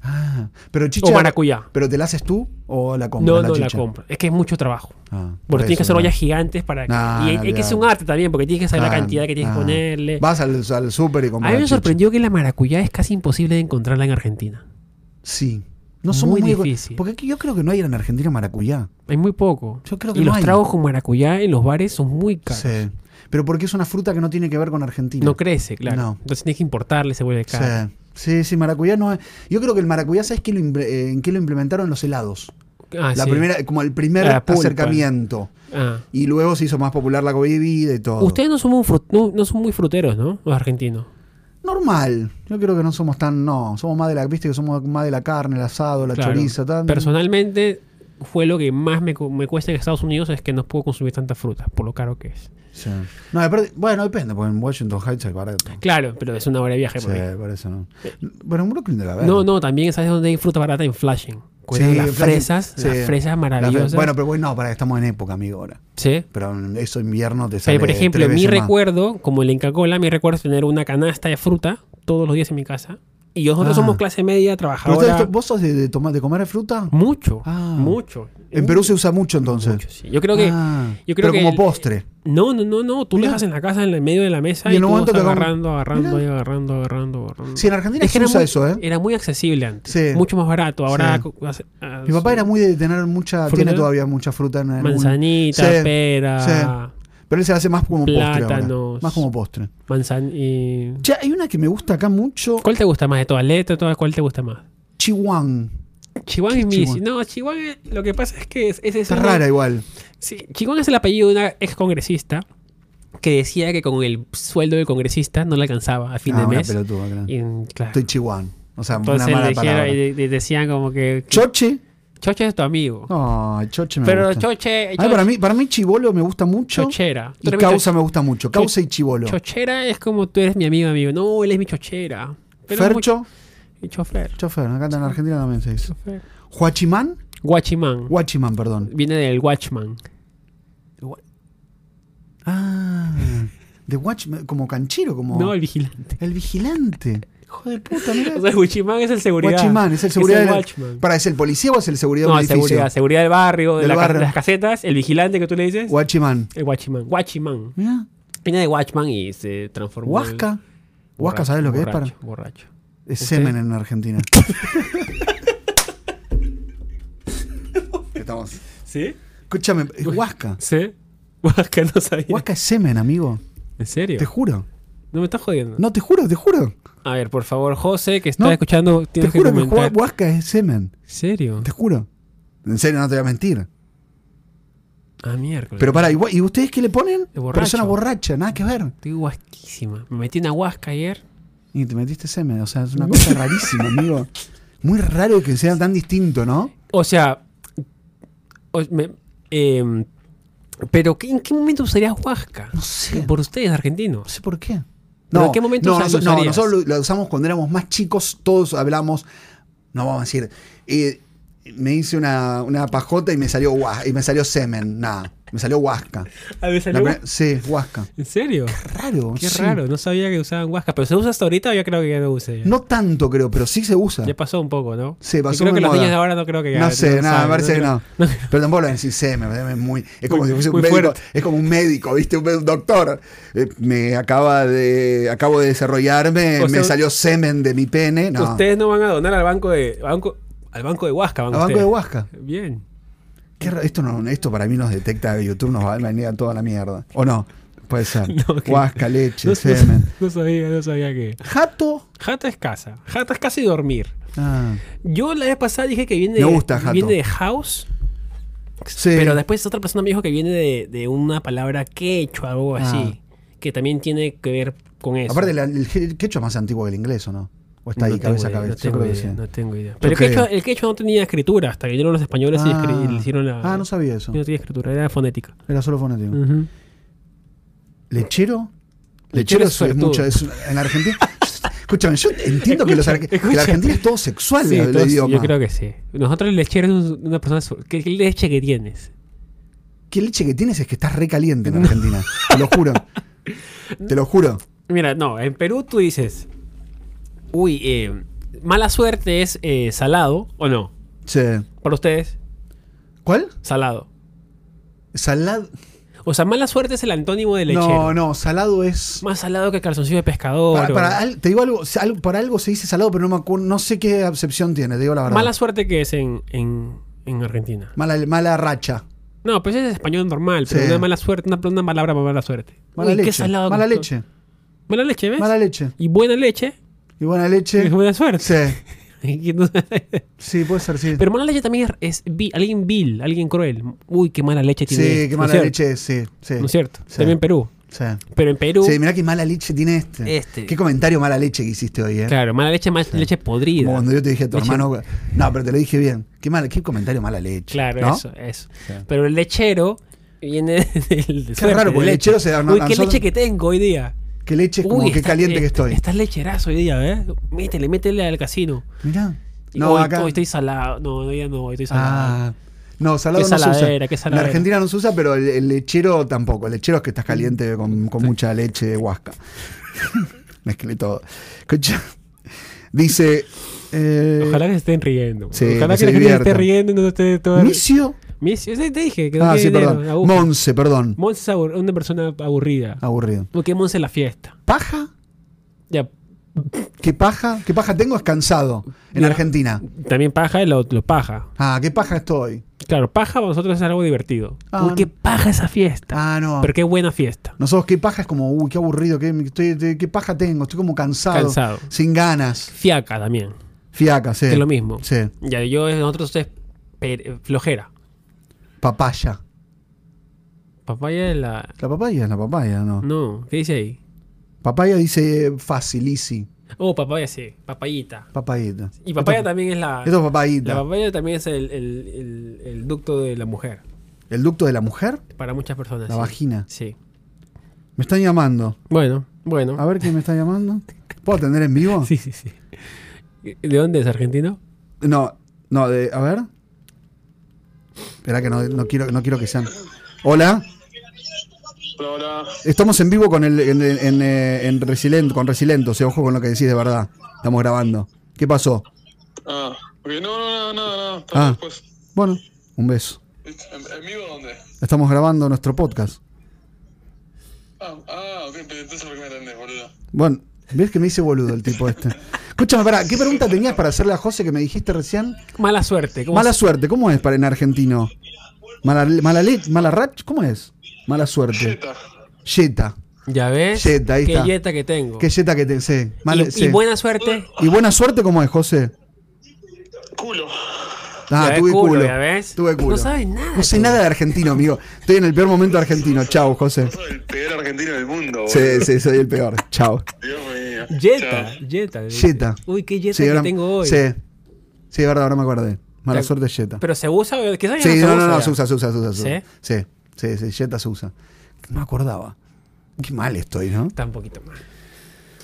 S1: Ah, pero chicha.
S2: O maracuyá.
S1: ¿Pero te la haces tú o la compras?
S2: No, no la
S1: chicha?
S2: compro. Es que es mucho trabajo.
S1: Ah, por
S2: Porque tienes que
S1: eso,
S2: hacer
S1: no.
S2: ollas gigantes para.
S1: Nah,
S2: y hay- hay que
S1: olvidate.
S2: es un arte también, porque tienes que saber la
S1: Ah,
S2: cantidad que tienes que
S1: ah.
S2: ponerle.
S1: Vas al, al súper y
S2: A
S1: compras.
S2: mí me
S1: chicha.
S2: sorprendió que la maracuyá es casi imposible de encontrarla en Argentina.
S1: Sí. No somos
S2: Muy
S1: muy,
S2: difícil.
S1: Porque aquí yo creo que no hay en Argentina maracuyá.
S2: Hay muy poco.
S1: Yo creo
S2: y
S1: que no
S2: los
S1: hay.
S2: tragos con maracuyá en los bares son muy caros.
S1: Sí. Pero porque es una fruta que no tiene que ver con Argentina.
S2: No crece, claro.
S1: No.
S2: Entonces tienes que importarle, se vuelve caro.
S1: Sí. Sí, sí, maracuyá no es. Yo creo que el maracuyá, ¿sabes qué lo imple- eh, en qué lo implementaron los helados?
S2: Ah,
S1: la
S2: sí.
S1: primera, como el primer
S2: La pulpa.
S1: acercamiento.
S2: Ah.
S1: Y luego se hizo más popular la bebida y todo.
S2: Ustedes no son, muy fru- no, no son muy fruteros, ¿no? Los argentinos.
S1: Normal. Yo creo que no somos tan. No, somos más de la. Viste que somos más de la carne, el asado, la
S2: Claro.
S1: choriza, tan.
S2: Personalmente, fue lo que más me, cu- me cuesta en Estados Unidos es que no puedo consumir tantas frutas, por lo caro que es.
S1: Sí. No, aparte- bueno, depende, porque en Washington Heights es barato.
S2: Claro, pero es una hora de viaje.
S1: Sí,
S2: por ahí.
S1: por eso no. Bueno, en Brooklyn debe haber.
S2: No, no, también sabes dónde hay fruta barata en Flushing. Cuelan
S1: Sí,
S2: las
S1: Flushing,
S2: fresas,
S1: sí.
S2: las fresas maravillosas.
S1: La- Bueno, pero bueno, no, para estamos en época, amigo, ahora.
S2: sí.
S1: Pero en eso invierno te sale
S2: Pero, por ejemplo,
S1: tres
S2: mi
S1: veces más.
S2: recuerdo, como el Inca Cola, mi recuerdo es tener una canasta de fruta todos los días en mi casa. Y nosotros
S1: Ah.
S2: somos clase media,
S1: Pero ustedes,
S2: trabajadora.
S1: ¿Vos sos de, de tomar, de comer fruta?
S2: Mucho,
S1: Ah.
S2: mucho.
S1: En Perú se usa mucho entonces.
S2: Mm. Mucho, sí. Yo creo que.
S1: Ah,
S2: yo creo
S1: pero
S2: que
S1: como
S2: el-
S1: postre.
S2: No, no, no, no. Tú lo
S1: Mirá.
S2: dejas en la casa, en el medio de la mesa.
S1: Y
S2: Y,
S1: en
S2: tú
S1: un
S2: vas
S1: momento te agarran-
S2: agarrando, agarrando,
S1: Mirá.
S2: y agarrando, agarrando, agarrando.
S1: Sí, en Argentina se
S2: era
S1: usa
S2: muy-
S1: eso, ¿eh?
S2: Era muy accesible antes.
S1: Sí.
S2: Mucho más barato. Ahora.
S1: Sí.
S2: co- hace- ah,
S1: Mi papá era muy de tener mucha.
S2: ¿Fruta?
S1: Tiene todavía mucha fruta en en
S2: Manzanita,
S1: Sí,
S2: pera.
S1: Pero él se la hace más como postre. ahora.
S2: Plátanos.
S1: Más como postre.
S2: Manzan y...
S1: Ya, hay una que me gusta acá mucho:
S2: ¿Cuál te gusta más de todas? Letra, todas, ¿cuál te gusta más?
S1: Chihuán.
S2: Chihuahua es mi...
S1: Chihuahua?
S2: No, Chihuahua es- lo que pasa es que es, es, es
S1: Está
S2: una-
S1: rara igual.
S2: Sí, Chihuahua es el apellido de una ex congresista que decía que con el sueldo del congresista no le alcanzaba a fin
S1: Ah,
S2: de
S1: una
S2: mes.
S1: pelotuda, claro.
S2: Y, claro.
S1: Estoy Chihuán. O sea,
S2: Entonces
S1: una
S2: le
S1: mala
S2: dijeron-
S1: palabra.
S2: y de- de- decían como que... que
S1: Choche.
S2: Choche es tu amigo.
S1: No, Choche me
S2: Pero
S1: gusta.
S2: Choche...
S1: Ay,
S2: Choche-
S1: para mí, para mí Chibolo me gusta mucho.
S2: Chochera. Tú
S1: Y
S2: eres mi
S1: Causa
S2: choche-
S1: me gusta mucho. Causa y Chibolo.
S2: Chochera es como tú eres mi amigo, amigo. No, él es mi chochera. Pero es muy-
S1: Fercho,
S2: Y chofer.
S1: chofer, acá en Argentina también se dice.
S2: chofer.
S1: Huachimán,
S2: Guachimán.
S1: Watchman, perdón.
S2: Viene del Watchman.
S1: Ah, The Watchman, como canchero, como.
S2: No, el vigilante.
S1: El vigilante. Hijo de puta, mira.
S2: O sea, el Guachimán es el seguridad.
S1: Watchman, es el seguridad. del-
S2: Watchman.
S1: Para, ¿es el policía o es el seguridad
S2: No,
S1: del edificio?
S2: seguridad. Seguridad del barrio, de,
S1: Del
S2: la ca-
S1: barrio.
S2: de las casetas. El vigilante que tú le dices.
S1: Watchman.
S2: el Watchman. Watchman.
S1: Mira,
S2: Viene de Watchman y se transformó. en-
S1: Huasca. Huasca, ¿sabes lo que es
S2: borracho,
S1: para?
S2: Borracho.
S1: Es semen en Argentina. Estamos.
S2: ¿Sí?
S1: Escúchame, es Huasca.
S2: ¿Sí? Huasca no sabía.
S1: Huasca es semen, amigo.
S2: ¿En serio?
S1: Te juro.
S2: No me estás jodiendo.
S1: No, te juro, te juro.
S2: A ver, por favor, José, que está
S1: No,
S2: escuchando,
S1: Te
S2: tienes que
S1: juro que
S2: comentar.
S1: Hua- Huasca es semen.
S2: ¿En serio?
S1: Te juro. En serio, no te voy a mentir.
S2: Ah, miércoles.
S1: Pero para, ¿y, vo- y ustedes qué le ponen?
S2: De borracho.
S1: Persona borracha, nada que ver.
S2: Estoy guasquísima. Me metí una huasca ayer.
S1: Y te metiste semen, o sea, es una cosa rarísima, amigo. Muy raro que sea tan distinto, ¿no?
S2: O sea. o- me- em, pero, ¿qué- ¿en qué momento usarías huasca?
S1: No sé.
S2: Por ustedes,
S1: No
S2: argentinos.
S1: sé por qué.
S2: ¿Pero en qué momento
S1: no,
S2: usa-
S1: noso-
S2: lo
S1: no,
S2: usarías?
S1: nosotros lo, lo usamos cuando éramos más chicos, todos hablamos, no vamos a decir, eh, me hice una, una pajota y me salió guas- y me salió semen, nada, me salió huasca.
S2: A ver,
S1: La primera- sí, huasca.
S2: ¿En serio?
S1: Raro,
S2: Qué
S1: sí.
S2: raro. No sabía que usaban huasca. Pero se usa hasta ahorita, yo creo que ya no use. Ya.
S1: No tanto creo, pero sí se usa.
S2: Ya pasó un poco, ¿no?
S1: Sí, pasó
S2: Yo creo
S1: muy
S2: que los
S1: moda.
S2: niños de ahora no creo que ya.
S1: No sé, nada,
S2: saben,
S1: me parece
S2: creo-
S1: que no. Pero tampoco lo decís semen, me parece muy. Es como
S2: Muy-
S1: si fuese un
S2: muy
S1: médico.
S2: fuerte.
S1: Es como un médico, ¿viste? Un, un doctor. Eh, me acaba de. Acabo de desarrollarme,
S2: O
S1: me
S2: sea,
S1: salió semen de mi pene. No.
S2: Ustedes no van a donar al banco de. Banco, al banco de huasca, van
S1: a Banco
S2: ustedes.
S1: de Huasca.
S2: Bien.
S1: Qué ra- esto, no, esto para mí nos detecta de YouTube, nos va a venir a toda la mierda. ¿O no? Puede ser.
S2: No, que-
S1: Huasca, leche,
S2: No, no-
S1: semen.
S2: no sabía, no sabía que.
S1: Jato.
S2: Jata es casa. Jata es casa y dormir.
S1: Ah,
S2: Yo la vez pasada dije que viene,
S1: Me gusta jato.
S2: viene de house,
S1: sí.
S2: pero después otra persona me dijo que viene de, de una palabra quechua algo así, que también tiene que ver con eso.
S1: Ah. Aparte, la- el, el quechua es más antiguo que el inglés, ¿o no? O está ahí,
S2: No
S1: cabeza a
S2: tengo idea,
S1: cabeza.
S2: No tengo,
S1: Yo creo que sí.
S2: idea, no tengo idea. Pero el
S1: creo.
S2: quechua, el quechua no tenía escritura hasta que vinieron los españoles y, escri- y le hicieron la.
S1: ah, no sabía eso.
S2: No tenía escritura, era fonética.
S1: Era solo fonético.
S2: Ujú.
S1: ¿Lechero? Lechero
S2: Lechero es
S1: es, es
S2: suertudo.
S1: mucho. es- en Argentina. Escúchame, yo entiendo que, los, ar- que
S2: escucha.
S1: la Argentina es todo sexual
S2: Sí,
S1: el
S2: entonces,
S1: idioma.
S2: yo creo que sí. Nosotros el lechero es un- una persona. su- ¿Qué, qué leche que tienes?
S1: ¿Qué leche que tienes es que estás recaliente en Argentina? Te lo juro. Te lo juro.
S2: Mira, no, en Perú tú dices. Uy, eh, mala suerte es eh, salado o no.
S1: Che.
S2: Para ustedes,
S1: ¿Cuál?
S2: salado.
S1: Salado.
S2: O sea, mala suerte es el antónimo de lechero.
S1: No, no, salado es.
S2: Más salado que calzoncillo de pescador.
S1: Para,
S2: o-
S1: para al- te digo algo, se- algo- para algo se dice salado, pero no me acuerdo, no sé qué acepción tiene, te digo la verdad.
S2: mala suerte que es en, en- en Argentina.
S1: mala, mala racha.
S2: No, pues es español normal, pero
S1: Sí.
S2: una mala suerte, una, una palabra para mala suerte.
S1: Mala
S2: Uy, qué
S1: leche.
S2: salado
S1: Mala
S2: que-
S1: leche.
S2: Mala leche, ¿ves?
S1: Mala leche.
S2: Y buena leche
S1: Y buena leche.
S2: es buena suerte.
S1: Sí,
S2: Entonces-
S1: sí, puede ser, sí.
S2: Pero mala leche también es, es vi- alguien vil, alguien cruel. Uy, qué mala leche tiene.
S1: sí,
S2: este,
S1: qué
S2: ¿no es
S1: mala
S2: cierto?
S1: leche, sí, sí.
S2: ¿No es cierto?
S1: Sí.
S2: También en Perú.
S1: Sí.
S2: Pero en Perú,
S1: Sí, mirá qué mala leche tiene este.
S2: Este.
S1: Qué comentario mala leche que hiciste hoy, ¿eh?
S2: claro, mala leche, mala leche podrida.
S1: Como cuando yo te dije a tu
S2: Leche-
S1: hermano. No, pero te lo dije bien. Qué, mal, qué comentario mala leche.
S2: Claro,
S1: ¿no?
S2: eso, eso. Pero el lechero viene del de
S1: Qué raro, porque el lechero se da una-
S2: Uy, qué
S1: solo-
S2: leche que tengo hoy día.
S1: Qué leche es como
S2: Uy,
S1: qué
S2: está-
S1: caliente que
S2: eh,
S1: estoy.
S2: Estás lecherazo hoy día, ¿eh? Métele, métele al casino.
S1: Mirá.
S2: Y
S1: No,
S2: hoy,
S1: acá.
S2: hoy estoy salado. No, hoy día no, hoy estoy salado.
S1: Ah. No, salado
S2: Qué
S1: no se usa.
S2: saladera, qué
S1: En
S2: saladera.
S1: Argentina no se usa, pero el, el lechero tampoco. El lechero es que estás
S2: Mm.
S1: caliente con, con mucha leche de huasca. Mezclé todo. Escucha. Dice. eh,
S2: Ojalá que se estén riendo.
S1: Sí,
S2: Ojalá
S1: que se
S2: que la gente se esté
S1: diviertan.
S2: riendo y no esté todo.
S1: Micio.
S2: Mis, yo te dije que no
S1: Ah,
S2: tiene
S1: sí,
S2: dinero,
S1: perdón. Ah.
S2: aburre.
S1: Monse, perdón.
S2: Monse es abur- una persona aburrida.
S1: Aburrido.
S2: Porque Monse es la fiesta.
S1: ¿Paja?
S2: Ya,
S1: ¿Qué paja? ¿Qué paja tengo? Es cansado. En
S2: Mira.
S1: Argentina.
S2: también paja es lo, lo paja.
S1: Ah, ¿qué paja estoy?
S2: Claro, paja para nosotros es algo divertido.
S1: Ah.
S2: Uy, qué paja esa fiesta.
S1: Ah, no.
S2: Pero qué buena fiesta.
S1: Nosotros, ¿qué paja? Es como, uy, qué aburrido, qué, estoy- te- qué paja tengo, estoy como cansado.
S2: Cansado.
S1: Sin ganas.
S2: Fiaca también.
S1: Fiaca, sí.
S2: Que es lo mismo.
S1: Sí.
S2: Ya, yo, eh, nosotros es per- eh, flojera.
S1: Papaya.
S2: Papaya es la.
S1: La papaya es la papaya, ¿no?
S2: No, ¿qué dice ahí?
S1: Papaya dice eh, fácil, easy.
S2: Oh, papaya sí, papayita.
S1: Papayita.
S2: Y papaya
S1: Esto-
S2: también es la.
S1: Esto es papayita.
S2: La papaya también es el, el- el- el ducto de la mujer.
S1: ¿El ducto de la mujer?
S2: Para muchas personas.
S1: La
S2: sí.
S1: vagina.
S2: Sí.
S1: Me están llamando.
S2: Bueno, bueno.
S1: A ver quién me está llamando. ¿Puedo atender en vivo?
S2: Sí, sí, sí. ¿De dónde es argentino?
S1: No, no, de, a ver. Espera que no, no quiero, no quiero que sean. Hola,
S4: Hola, hola.
S1: estamos en vivo con el en, en, en, eh, en Resilento, con Resilento, se ojo con lo que decís de verdad. Estamos grabando. ¿Qué pasó?
S4: Ah, ok, no, no, no, no, no.
S1: Ah.
S4: Ah. Después.
S1: Bueno, un beso.
S4: ¿En, en vivo dónde?
S1: Estamos grabando nuestro podcast.
S4: Ah, ah, ok, pero entonces ¿por qué me atendés, boludo?
S1: Bueno, ves que me hice boludo el tipo este. Escúchame, pará, ¿qué pregunta tenías para hacerle a José que me dijiste recién?
S2: Mala suerte. ¿cómo
S1: Mala
S2: se-
S1: suerte, ¿cómo es para en argentino? Mala, mala, le- mala rach, ¿cómo es? Mala suerte.
S4: Zeta.
S1: Yeta.
S2: Ya ves.
S1: Yeta, ahí
S2: qué
S1: está.
S2: yeta que tengo.
S1: Qué yeta que te sé. Mala-
S2: y, y
S1: sí.
S2: buena suerte.
S1: ¿Y buena suerte cómo es, José?
S4: Culo.
S1: Ah,
S2: Ya ves,
S1: tuve
S2: culo,
S1: culo.
S2: ya ves.
S1: Tuve culo.
S2: No sabes nada,
S1: No sé
S2: tú.
S1: nada de argentino, amigo. Estoy en el peor momento argentino. Chau, José.
S4: Soy el peor argentino del mundo, boludo.
S1: Sí, sí, soy el peor. Chau.
S4: Dios mío.
S2: Yeta, yeta.
S1: Yeta.
S2: Uy, qué yeta
S1: Sí,
S2: que
S1: ahora-
S2: tengo hoy.
S1: Sí. Sí, es verdad, ahora me acordé. Mala
S2: Te-
S1: suerte, yeta.
S2: Pero se usa, quizás ya
S1: Sí,
S2: se
S1: no, no,
S2: usa
S1: no,
S2: ya.
S1: se usa, se usa, se usa. se
S2: ¿Sí?
S1: usa. Sí, sí, sí, Jetta se usa. No me acordaba. Qué mal estoy, ¿no?
S2: Está un poquito más.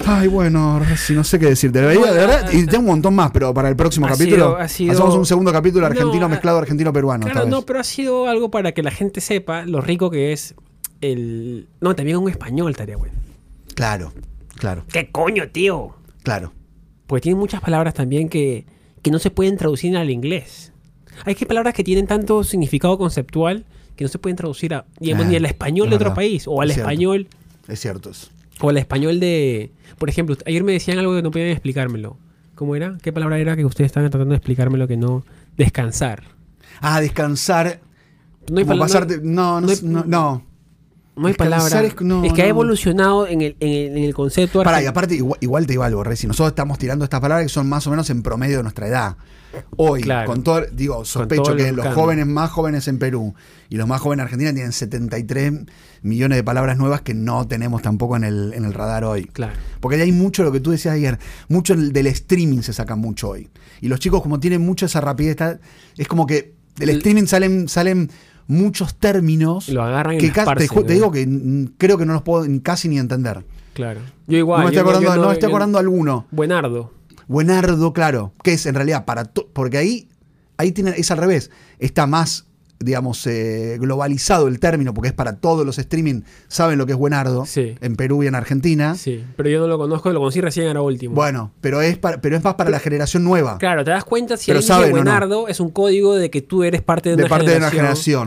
S1: Ay, bueno, si no sé qué decirte. De verdad, de verdad, y tengo un montón más, pero para el próximo
S2: Ha
S1: capítulo
S2: sido- ha sido-
S1: hacemos un segundo capítulo ah, argentino
S2: No,
S1: mezclado argentino-peruano.
S2: Claro,
S1: esta
S2: no,
S1: vez.
S2: pero ha sido algo para que la gente sepa lo rico que es el. No, también un español estaría bueno.
S1: Claro, claro,
S2: ¿Qué coño, tío?
S1: claro.
S2: Porque tiene muchas palabras también que, que no se pueden traducir al inglés. Hay que palabras que tienen tanto significado conceptual que no se pueden traducir a, digamos,
S1: Ah,
S2: ni al español
S1: es
S2: de otro
S1: verdad.
S2: país o al
S1: Es cierto.
S2: español
S1: Es cierto eso.
S2: o al español de, por ejemplo, ayer me decían algo que no podían explicármelo. ¿Cómo era? ¿Qué palabra era que ustedes estaban tratando de explicármelo que no descansar?
S1: Ah, descansar.
S2: No hay
S1: como
S2: palabra-
S1: pasarte- no, no,
S2: no hay-
S1: no, no.
S2: No hay
S1: Descansar
S2: palabra.
S1: es- no,
S2: es que ha
S1: no.
S2: evolucionado en el, en el, en el concepto.
S1: Pará, y
S2: argentino.
S1: aparte, igual, igual te digo algo, Reci. Nosotros estamos tirando estas palabras que son más o menos en promedio de nuestra edad. Hoy,
S2: Claro.
S1: con todo, digo, sospecho
S2: todos
S1: que
S2: los
S1: los
S2: cambios.
S1: jóvenes más jóvenes en Perú y los más jóvenes en Argentina tienen 73 millones de palabras nuevas que no tenemos tampoco en el, en el radar hoy.
S2: Claro.
S1: Porque ahí hay mucho lo que tú decías ayer, mucho el- del streaming se saca mucho hoy. Y los chicos, como tienen mucha esa rapidez, está- es como que del
S2: El-
S1: streaming salen, salen muchos términos
S2: Lo agarran y
S1: que
S2: lo
S1: ca- te,
S2: esparcen, ¿eh?
S1: ju- te
S2: ¿no?
S1: digo que mm, creo que no los puedo ni- casi ni entender.
S2: Claro. Yo igual.
S1: no me estoy
S2: yo
S1: acordando,
S2: yo
S1: no me estoy
S2: yo-
S1: acordando alguno.
S2: Buenardo.
S1: Buenardo, claro. Que es en realidad para to- Porque ahí, ahí tiene, es al revés. Está más, digamos, eh, globalizado el término, porque es para todos los streaming. Saben lo que es Buenardo
S2: Sí.
S1: en Perú y en Argentina.
S2: Sí. Pero yo no lo conozco, lo conocí recién, era último.
S1: ¿Ah? Bueno, pero es, para- pero es más para la generación nueva.
S2: Mm. Claro, te das cuenta si
S1: Pero
S2: alguien dice
S1: saben o no.
S2: Buenardo es un código de que tú eres parte de,
S1: De
S2: una,
S1: parte de una
S2: generación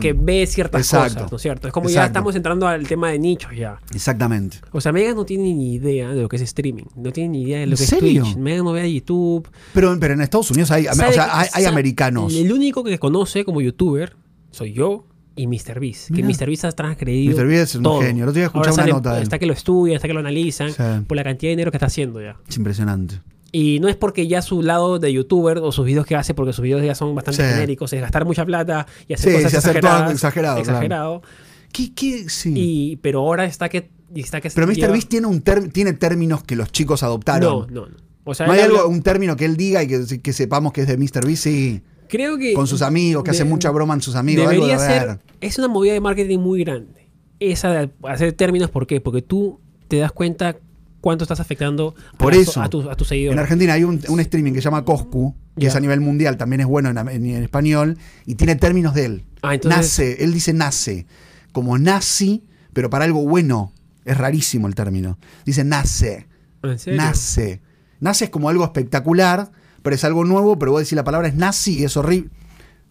S1: generación.
S2: que ve ciertas
S1: Exacto.
S2: cosas, ¿no es cierto? Es como ya
S1: Exacto.
S2: estamos entrando al tema de nichos ya.
S1: Exactamente.
S2: O sea, Megan no tiene ni idea de lo que es streaming, no tiene ni idea de
S1: ¿En
S2: lo que
S1: serio?
S2: es Twitch, Megan no ve a YouTube.
S1: Pero, pero en Estados Unidos hay, o
S2: Sabe
S1: sea,
S2: que-
S1: hay, hay
S2: sa-
S1: americanos.
S2: El único que conoce como youtuber soy yo y MrBeast. Que
S1: Mirá.
S2: MrBeast ha transgredido.
S1: Mr. Beast es un
S2: todo.
S1: genio. El otro día escuchaba
S2: Ahora
S1: una
S2: sale-
S1: nota de él.
S2: Está que lo estudia, está que lo analizan
S1: Sí.
S2: por la cantidad de dinero que está haciendo ya.
S1: Es impresionante.
S2: Y no es porque ya su lado de youtuber o sus videos que hace, porque sus videos ya son bastante
S1: Sí.
S2: genéricos, es gastar mucha plata y hacer
S1: Sí,
S2: cosas
S1: se hace todo
S2: exageradas,
S1: exagerado, claro.
S2: exagerado.
S1: ¿Qué, qué? Sí.
S2: Y, pero ahora está que. y Está que
S1: pero Mr.
S2: lleva-
S1: Beast tiene, un ter- tiene términos que los chicos
S2: No,
S1: adoptaron. No,
S2: no, no. O sea,
S1: hay
S2: él habla-
S1: algo, un término que él diga y que, que sepamos que es de Mr. Beast, sí.
S2: creo que.
S1: Con sus amigos, que hace
S2: de-
S1: mucha broma en sus amigos. Algo de
S2: Debería
S1: haber.
S2: ser. Es una movida de marketing muy grande. Esa de hacer términos, ¿por qué? Porque tú te das cuenta cuánto estás afectando a
S1: Por
S2: la-
S1: eso,
S2: a, tus, a tus
S1: En
S2: seguidores.
S1: Argentina hay un, un streaming que se llama Coscu, que
S2: Ya.
S1: es a nivel mundial, también es bueno en, am- en- en español, y tiene términos de él.
S2: Ah, entonces-
S1: nace, él dice nace, como nazi, pero para algo bueno. Es rarísimo el término. Dice nace,
S2: ¿En serio?
S1: nace. Nace es como algo espectacular, pero es algo nuevo, pero vos decís la palabra es nazi y es horrible,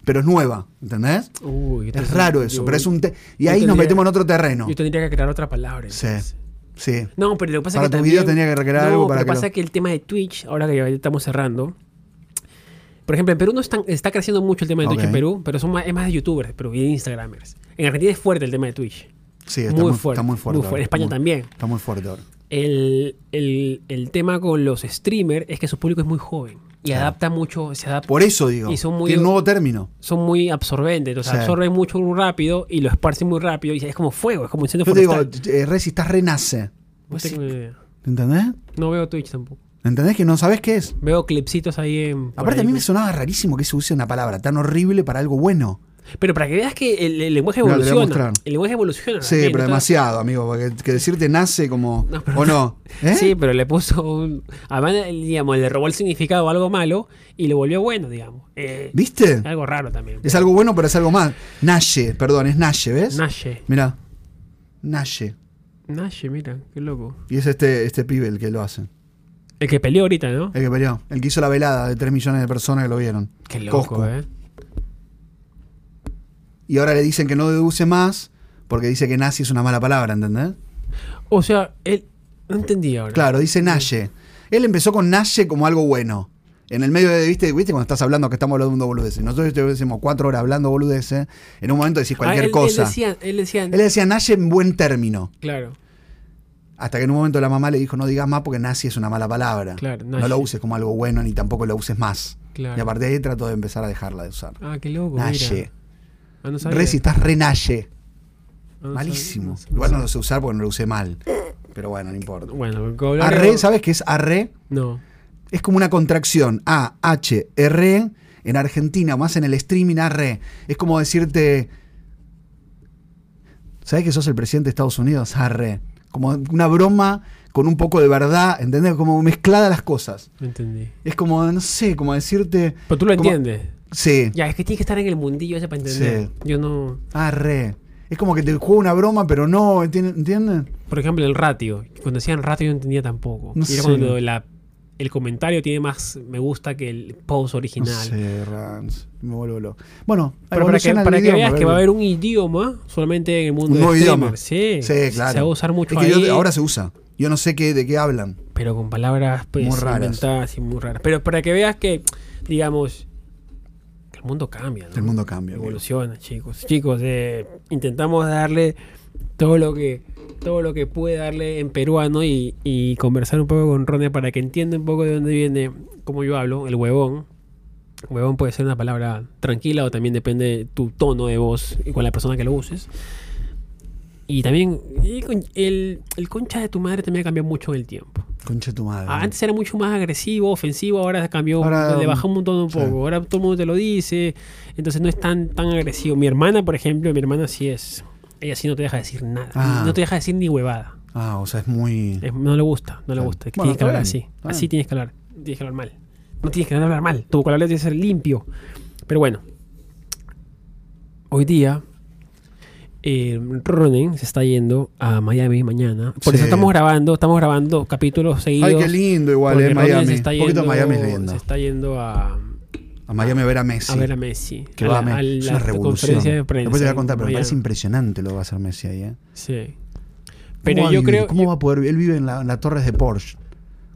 S1: pero es nueva, ¿entendés?
S2: Uy,
S1: Es
S2: entonces
S1: raro
S2: yo-
S1: eso, pero es un... te- y
S2: yo
S1: ahí nos
S2: tendría-
S1: metemos en otro terreno.
S2: Yo tendría que crear otra palabra.
S1: Sí,
S2: entonces.
S1: sí.
S2: No, pero lo que pasa
S1: Para
S2: es que
S1: tu
S2: también-
S1: video tenía que recrear
S2: No,
S1: algo para
S2: pero
S1: que lo-
S2: pasa que el tema de Twitch, ahora que ya estamos cerrando. Por ejemplo, en Perú no están- está creciendo mucho el tema de Twitch
S1: Ok.
S2: en Perú, pero son más, es más de youtubers, pero bien Instagramers. En Argentina es fuerte el tema de Twitch.
S1: Sí, está
S2: muy
S1: muy,
S2: fuerte,
S1: está muy
S2: muy
S1: fuerte.
S2: fuerte.
S1: ahora.
S2: España
S1: Muy-
S2: también.
S1: Está muy fuerte ahora.
S2: El, el- el tema con los streamers es que su público es muy joven y
S1: Claro. Pues-
S2: adapta mucho, se adapta,
S1: Por eso digo,
S2: Y son muy-
S1: tiene un nuevo término.
S2: son muy absorbentes, entonces
S1: Sí.
S2: absorben mucho muy rápido y lo esparcen muy rápido y es como fuego, es como incendio
S1: Yo te digo,
S2: forestal.
S1: eh, Resi, estás renace.
S2: No sé qué-
S1: ¿Entendés?
S2: no veo Twitch tampoco.
S1: ¿Entendés que no sabés qué es?
S2: Veo clipsitos ahí en. por
S1: Aparte,
S2: ahí
S1: a mí
S2: con-
S1: me sonaba rarísimo que se use una palabra tan horrible para algo bueno.
S2: Pero para que veas que el, el lenguaje
S1: No, te lo voy a
S2: evoluciona.
S1: mostrar.
S2: El lenguaje evoluciona.
S1: Sí,
S2: también,
S1: pero
S2: entonces-
S1: demasiado, amigo, porque que decirte nace como.
S2: No, pero-
S1: ¿O no? ¿Eh?
S2: Sí, pero le puso un. Además, digamos, le robó el significado a algo malo y lo volvió bueno, digamos. Eh,
S1: ¿Viste?
S2: algo raro también.
S1: Es algo bueno, pero es algo más. Naye, perdón, es Naye, ¿ves?
S2: Nashe.
S1: Mirá. Naye.
S2: Nashe, mira, qué loco.
S1: Y es este, este pibe el que lo hace.
S2: El que peleó ahorita, ¿no?
S1: El que peleó. El que hizo la velada de 3 millones de personas que lo vieron.
S2: Qué loco,
S1: Coscu.
S2: ¿eh?
S1: Y ahora le dicen que no deduce más porque dice que nazi es una mala palabra, ¿entendés?
S2: O sea, él. No entendí ahora.
S1: Claro, dice Naye. Él empezó con Naye como algo bueno. En el medio de, viste, viste cuando estás hablando que estamos hablando de un boludeces. Nosotros estuvimos cuatro horas hablando boludeces. En un momento decís
S2: Ah, él-
S1: cualquier
S2: él
S1: cosa.
S2: decía- Él decía.
S1: él le decía Naye en buen término.
S2: Claro.
S1: Hasta que en un momento la mamá le dijo, no digas más porque nazi es una mala palabra.
S2: Claro,
S1: no
S2: nazi.
S1: lo uses como algo bueno ni tampoco lo uses más.
S2: Claro.
S1: Y a partir de ahí trató de empezar a dejarla de usar.
S2: Ah, qué loco.
S1: Naye.
S2: Mira. Ah, no sabía.
S1: Re si estás re naye.
S2: Ah, no
S1: Malísimo.
S2: sabía, no
S1: Igual no
S2: sabía.
S1: lo sé usar porque no lo usé mal. Pero bueno, no importa.
S2: Bueno, con Gloria-
S1: Arre, ¿sabes qué es arre?
S2: No.
S1: Es como una contracción. A, H, R. En Argentina, más en el streaming, arre. Es como decirte. ¿Sabes que sos el presidente de Estados Unidos? Arre. Como una broma con un poco de verdad, ¿entendés? Como mezclada las cosas.
S2: No entendí.
S1: Es como, no sé, como decirte.
S2: Pero tú lo
S1: como-
S2: entiendes.
S1: Sí,
S2: Ya, es que tienes que estar en el mundillo ese para entender.
S1: Sí.
S2: Yo no.
S1: arre. Es como que te juega una broma, pero no, ¿entien- ¿entienden?
S2: Por ejemplo, el ratio. Cuando decían ratio yo no entendía tampoco.
S1: No
S2: y era
S1: sé.
S2: cuando la- el comentario tiene más me gusta que el post
S1: No
S2: original.
S1: sé, Rans, me vuelvo loco. Bueno,
S2: Pero para que,
S1: evoluciona el
S2: para que
S1: idioma,
S2: veas que
S1: ¿verdad?
S2: va a haber un idioma solamente en el mundo
S1: un
S2: de
S1: nuevo
S2: streamer.
S1: idioma.
S2: Sí,
S1: claro.
S2: Se va a usar mucho
S1: Es que yo-
S2: ahí,
S1: ahora se usa. Yo no sé qué, de qué hablan.
S2: pero con palabras pues,
S1: Muy raras.
S2: inventadas y muy raras. Pero para que veas que, digamos, que el mundo cambia. ¿no?
S1: El mundo cambia. amigo.
S2: Evoluciona, chicos. Chicos, eh, intentamos darle todo lo que todo lo que puede darle en peruano y, y conversar un poco con Rone para que entienda un poco de dónde viene, como yo hablo, el huevón. Huevón puede ser una palabra tranquila o también depende de tu tono de voz y con la persona que lo uses. Y también y con- el, el concha de tu madre también ha cambiado mucho en el tiempo.
S1: Concha de tu madre.
S2: Ah, Antes era mucho más agresivo, ofensivo, ahora cambió,
S1: Ahora,
S2: le bajó un montón un
S1: sí.
S2: poco. Ahora todo el mundo te lo dice, entonces no es tan, tan agresivo. Mi hermana, por ejemplo, mi hermana sí es. Ella sí no te deja decir nada,
S1: Ah.
S2: no te deja decir ni huevada.
S1: Ah, o sea, es muy.
S2: Es- no le gusta, no le
S1: Claro.
S2: gusta. Es que
S1: Bueno,
S2: tienes que
S1: está
S2: hablar
S1: bien,
S2: así,
S1: está
S2: así
S1: bien.
S2: tienes que hablar, tienes que hablar mal. No tienes que hablar mal, tu vocabulario tiene que ser limpio. Pero bueno, hoy día. Eh, Ronen se está yendo a Miami mañana. Por
S1: Sí.
S2: eso estamos grabando, estamos grabando capítulos seguidos.
S1: Ay, qué lindo igual,
S2: Porque
S1: eh,
S2: Rodgers
S1: Miami.
S2: se
S1: Un poquito de Miami es lindo.
S2: se está yendo a,
S1: A Miami a ver a Messi.
S2: a ver a Messi.
S1: Que
S2: a
S1: va a
S2: la-
S1: Messi.
S2: a
S1: es
S2: la
S1: una revolución.
S2: conferencia de prensa.
S1: Después te voy a contar,
S2: en
S1: pero me parece
S2: Miami.
S1: impresionante lo que va a hacer Messi ahí, ¿eh?
S2: Sí.
S1: ¿Cómo va
S2: Pero
S1: a
S2: yo
S1: vivir?
S2: creo.
S1: ¿Cómo va a poder vivir? Él vive en la- en las torres de Porsche.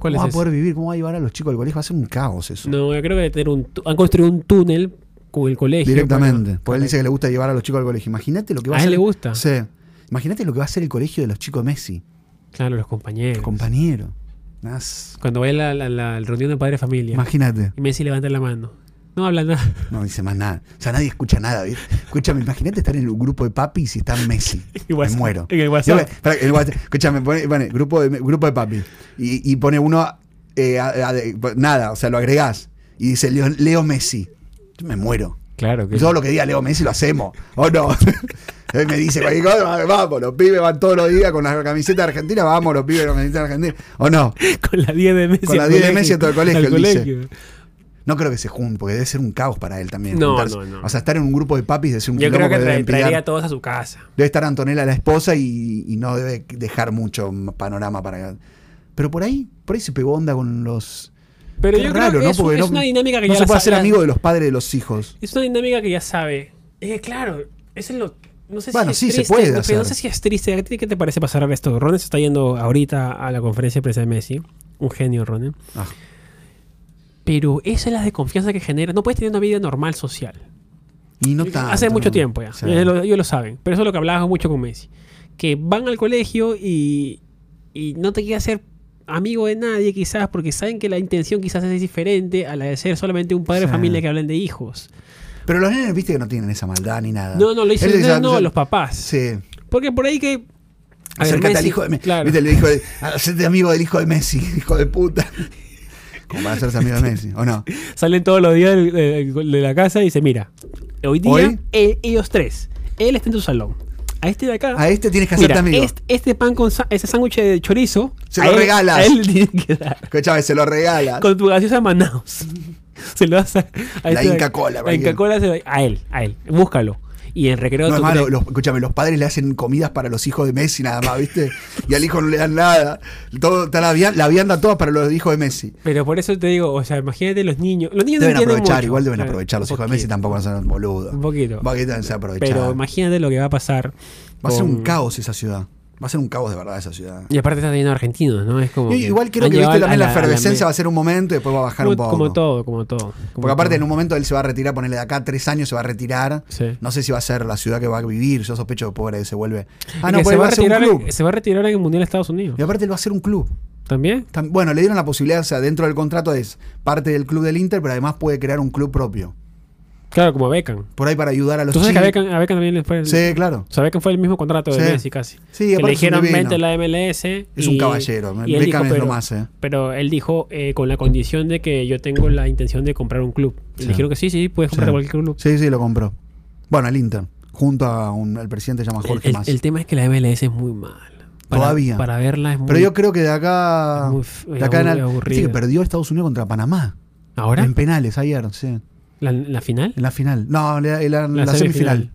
S2: ¿Cuál
S1: ¿Cómo va a
S2: es
S1: poder
S2: ese?
S1: vivir? ¿Cómo va a llevar a los chicos al colegio? Va a ser un caos eso.
S2: No, yo creo que tener un tu- han construido un túnel con el colegio.
S1: Directamente.
S2: para-
S1: porque pues él dice que le gusta llevar a los chicos al colegio. Imagínate lo que va a
S2: A él
S1: ser.
S2: le gusta.
S1: Sí. Imagínate lo que va a ser el colegio de los chicos de Messi.
S2: Claro, los compañeros.
S1: Compañero. Nas.
S2: Cuando va a la, la- la reunión de padre de familia.
S1: Imagínate.
S2: Y Messi levanta la mano. No habla nada.
S1: No dice más nada. O sea, nadie escucha nada. ¿viste? Escúchame, imagínate estar en el grupo de papis y está Messi.
S2: Y
S1: Me
S2: WhatsApp.
S1: muero.
S2: En el WhatsApp.
S1: Yo me- pará, el WhatsApp. Escúchame, pone, pone grupo, de, grupo de papis. Y, y pone uno. eh, a- a- de- nada, o sea, lo agregás. Y dice Leo, Leo Messi. Yo me muero.
S2: Claro que
S1: Todo lo que diga Leo Messi lo hacemos. ¿O no? Él me dice cualquier cosa. Vamos, los pibes van todos los días con la camiseta argentina. Vamos, los pibes con la camiseta argentina. ¿O no?
S2: con la 10 de Messi.
S1: Con la
S2: al
S1: 10 de
S2: colegio.
S1: Messi a todo el colegio,
S2: Al
S1: él dice.
S2: colegio.
S1: No creo que se junten, porque debe ser un caos para él también.
S2: No,
S1: juntarse.
S2: no, no.
S1: O sea, estar en un grupo de papis debe ser un
S2: Yo creo
S1: quilombo
S2: que
S1: debe
S2: trae-
S1: empinar.
S2: traería a todos a su casa.
S1: Debe estar Antonella la esposa y, y no debe dejar mucho panorama para. Pero por ahí, por ahí se pegó onda con los.
S2: Pero
S1: Qué
S2: yo
S1: raro,
S2: creo que
S1: ¿no?
S2: es,
S1: Porque
S2: es
S1: no-
S2: una dinámica que
S1: no
S2: ya
S1: se
S2: la
S1: puede
S2: sa-
S1: hacer
S2: la-
S1: amigo de los padres de los hijos.
S2: Es una dinámica que ya sabe. Es que, Eh, claro, eso es lo. No sé
S1: Bueno,
S2: si
S1: sí,
S2: es
S1: se
S2: triste,
S1: puede
S2: no, pero no
S1: hacer.
S2: sé si es triste. ¿A ti ¿Qué te parece pasar a esto? Ronen se está yendo ahorita a la conferencia de prensa de Messi. Un genio, Ronen.
S1: Ah.
S2: Pero esa es la desconfianza que genera. No puedes tener una vida normal social.
S1: Y no tanto.
S2: Hace mucho tiempo ya.
S1: Sí.
S2: Ellos, lo, ellos lo saben. Pero eso es lo que hablabas mucho con Messi. Que van al colegio y, y no te quieres hacer amigo de nadie quizás porque saben que la intención quizás es diferente a la de ser solamente un padre de
S1: Sí.
S2: familia que hablen de hijos.
S1: Pero los nenes, viste que no tienen esa maldad ni nada.
S2: No, no, lo dicen
S1: Él dice,
S2: no, no,
S1: "Ah,
S2: los papás.
S1: Sí.
S2: Porque por ahí que. A ver,
S1: Acércate al
S2: Messi,
S1: hijo de Messi.
S2: Claro.
S1: Viste, el hijo de. Hacete amigo del hijo de Messi, hijo de puta. Como para hacerse amigo de Messi, ¿o no?
S2: Salen todos los días del- del- de la casa y dice: Mira, hoy día,
S1: Hoy.
S2: eh, ellos tres. Él está en tu salón. A este de acá.
S1: A este tienes que hacerte
S2: mira,
S1: amigo.
S2: este, este pan con sa- ese sándwich de chorizo.
S1: Se
S2: a
S1: lo
S2: él-
S1: regalas.
S2: A él le tienes que dar.
S1: Escuchame, se lo regalas.
S2: Con tu gaseosa Manaus. Se lo das a, a
S1: La
S2: este de
S1: Inca
S2: acá.
S1: Kola,
S2: La Inca
S1: cualquiera.
S2: Cola a él, a él. Búscalo. Y en recreo
S1: No es
S2: tú
S1: malo,
S2: te-
S1: los, escúchame, los padres le hacen comidas para los hijos de Messi nada más, ¿viste? Y al hijo no le dan nada. Todo, está la, vianda, la vianda toda para los hijos de Messi.
S2: Pero por eso te digo, o sea, imagínate los niños. Los niños no
S1: Deben
S2: entienden
S1: aprovechar,
S2: mucho.
S1: igual deben
S2: Claro,
S1: aprovechar. Los
S2: un
S1: hijos de Messi
S2: poquito,
S1: tampoco son boludos.
S2: Un poquito.
S1: Va a que se aprovechar.
S2: Pero imagínate lo que va a pasar.
S1: Va a ser un
S2: con-
S1: caos esa ciudad. Va a ser un caos de verdad esa ciudad.
S2: Y aparte está lleno de argentinos, ¿no? Es como.
S1: Y- igual creo
S2: han
S1: que viste
S2: llegado a
S1: también la,
S2: a
S1: efervescencia va a ser un momento y después va a bajar
S2: como,
S1: un poco.
S2: como todo, como todo. como
S1: Porque aparte en
S2: todo.
S1: un momento él se va a retirar, ponele de acá tres años se va a retirar.
S2: Sí.
S1: No sé si va a ser la ciudad que va a vivir. Yo sospecho que pobre se vuelve. Ah,
S2: Y
S1: no,
S2: que
S1: pues
S2: se
S1: él
S2: va,
S1: va
S2: a
S1: a ser un
S2: retirar,
S1: club.
S2: en- se va a retirar en el Mundial de Estados Unidos.
S1: Y aparte él va a ser un club.
S2: ¿También?
S1: Tam- Bueno, le dieron la posibilidad, o sea, dentro del contrato es parte del club del Inter, pero además puede crear un club propio.
S2: Claro, como a Beckham.
S1: Por ahí para ayudar a los
S2: Tú sabes que a
S1: chicos.
S2: Beckham, a Beckham también le fue. el-
S1: Sí, claro.
S2: O sea, Beckham fue el mismo contrato de
S1: Sí.
S2: Messi casi.
S1: Sí,
S2: que
S1: aparte
S2: le
S1: es un
S2: dijeron,
S1: divino.
S2: vente a la MLS.
S1: Es un caballero.
S2: y él
S1: Beckham
S2: dijo,
S1: es lo
S2: pero-
S1: más, eh.
S2: Pero él dijo, eh, con la condición de que yo tengo la intención de comprar un club. Y
S1: Sí.
S2: le dijeron que sí, sí, puedes comprar
S1: Sí.
S2: cualquier club.
S1: Sí, sí, lo compró. Bueno, el Inter. Junto a un, el presidente se llama
S2: El,
S1: Jorge
S2: el-
S1: Mas.
S2: el tema es que la MLS es muy mala. Para-
S1: Todavía.
S2: Para verla es muy
S1: Pero yo creo que de acá.
S2: Es muy f-
S1: de acá en al-
S2: aburri-
S1: viste
S2: aburrida.
S1: que perdió Estados Unidos contra Panamá.
S2: ¿Ahora?
S1: En penales ayer, sí.
S2: ¿La, la final?
S1: En la final. No, en la, en la- en la semifinal.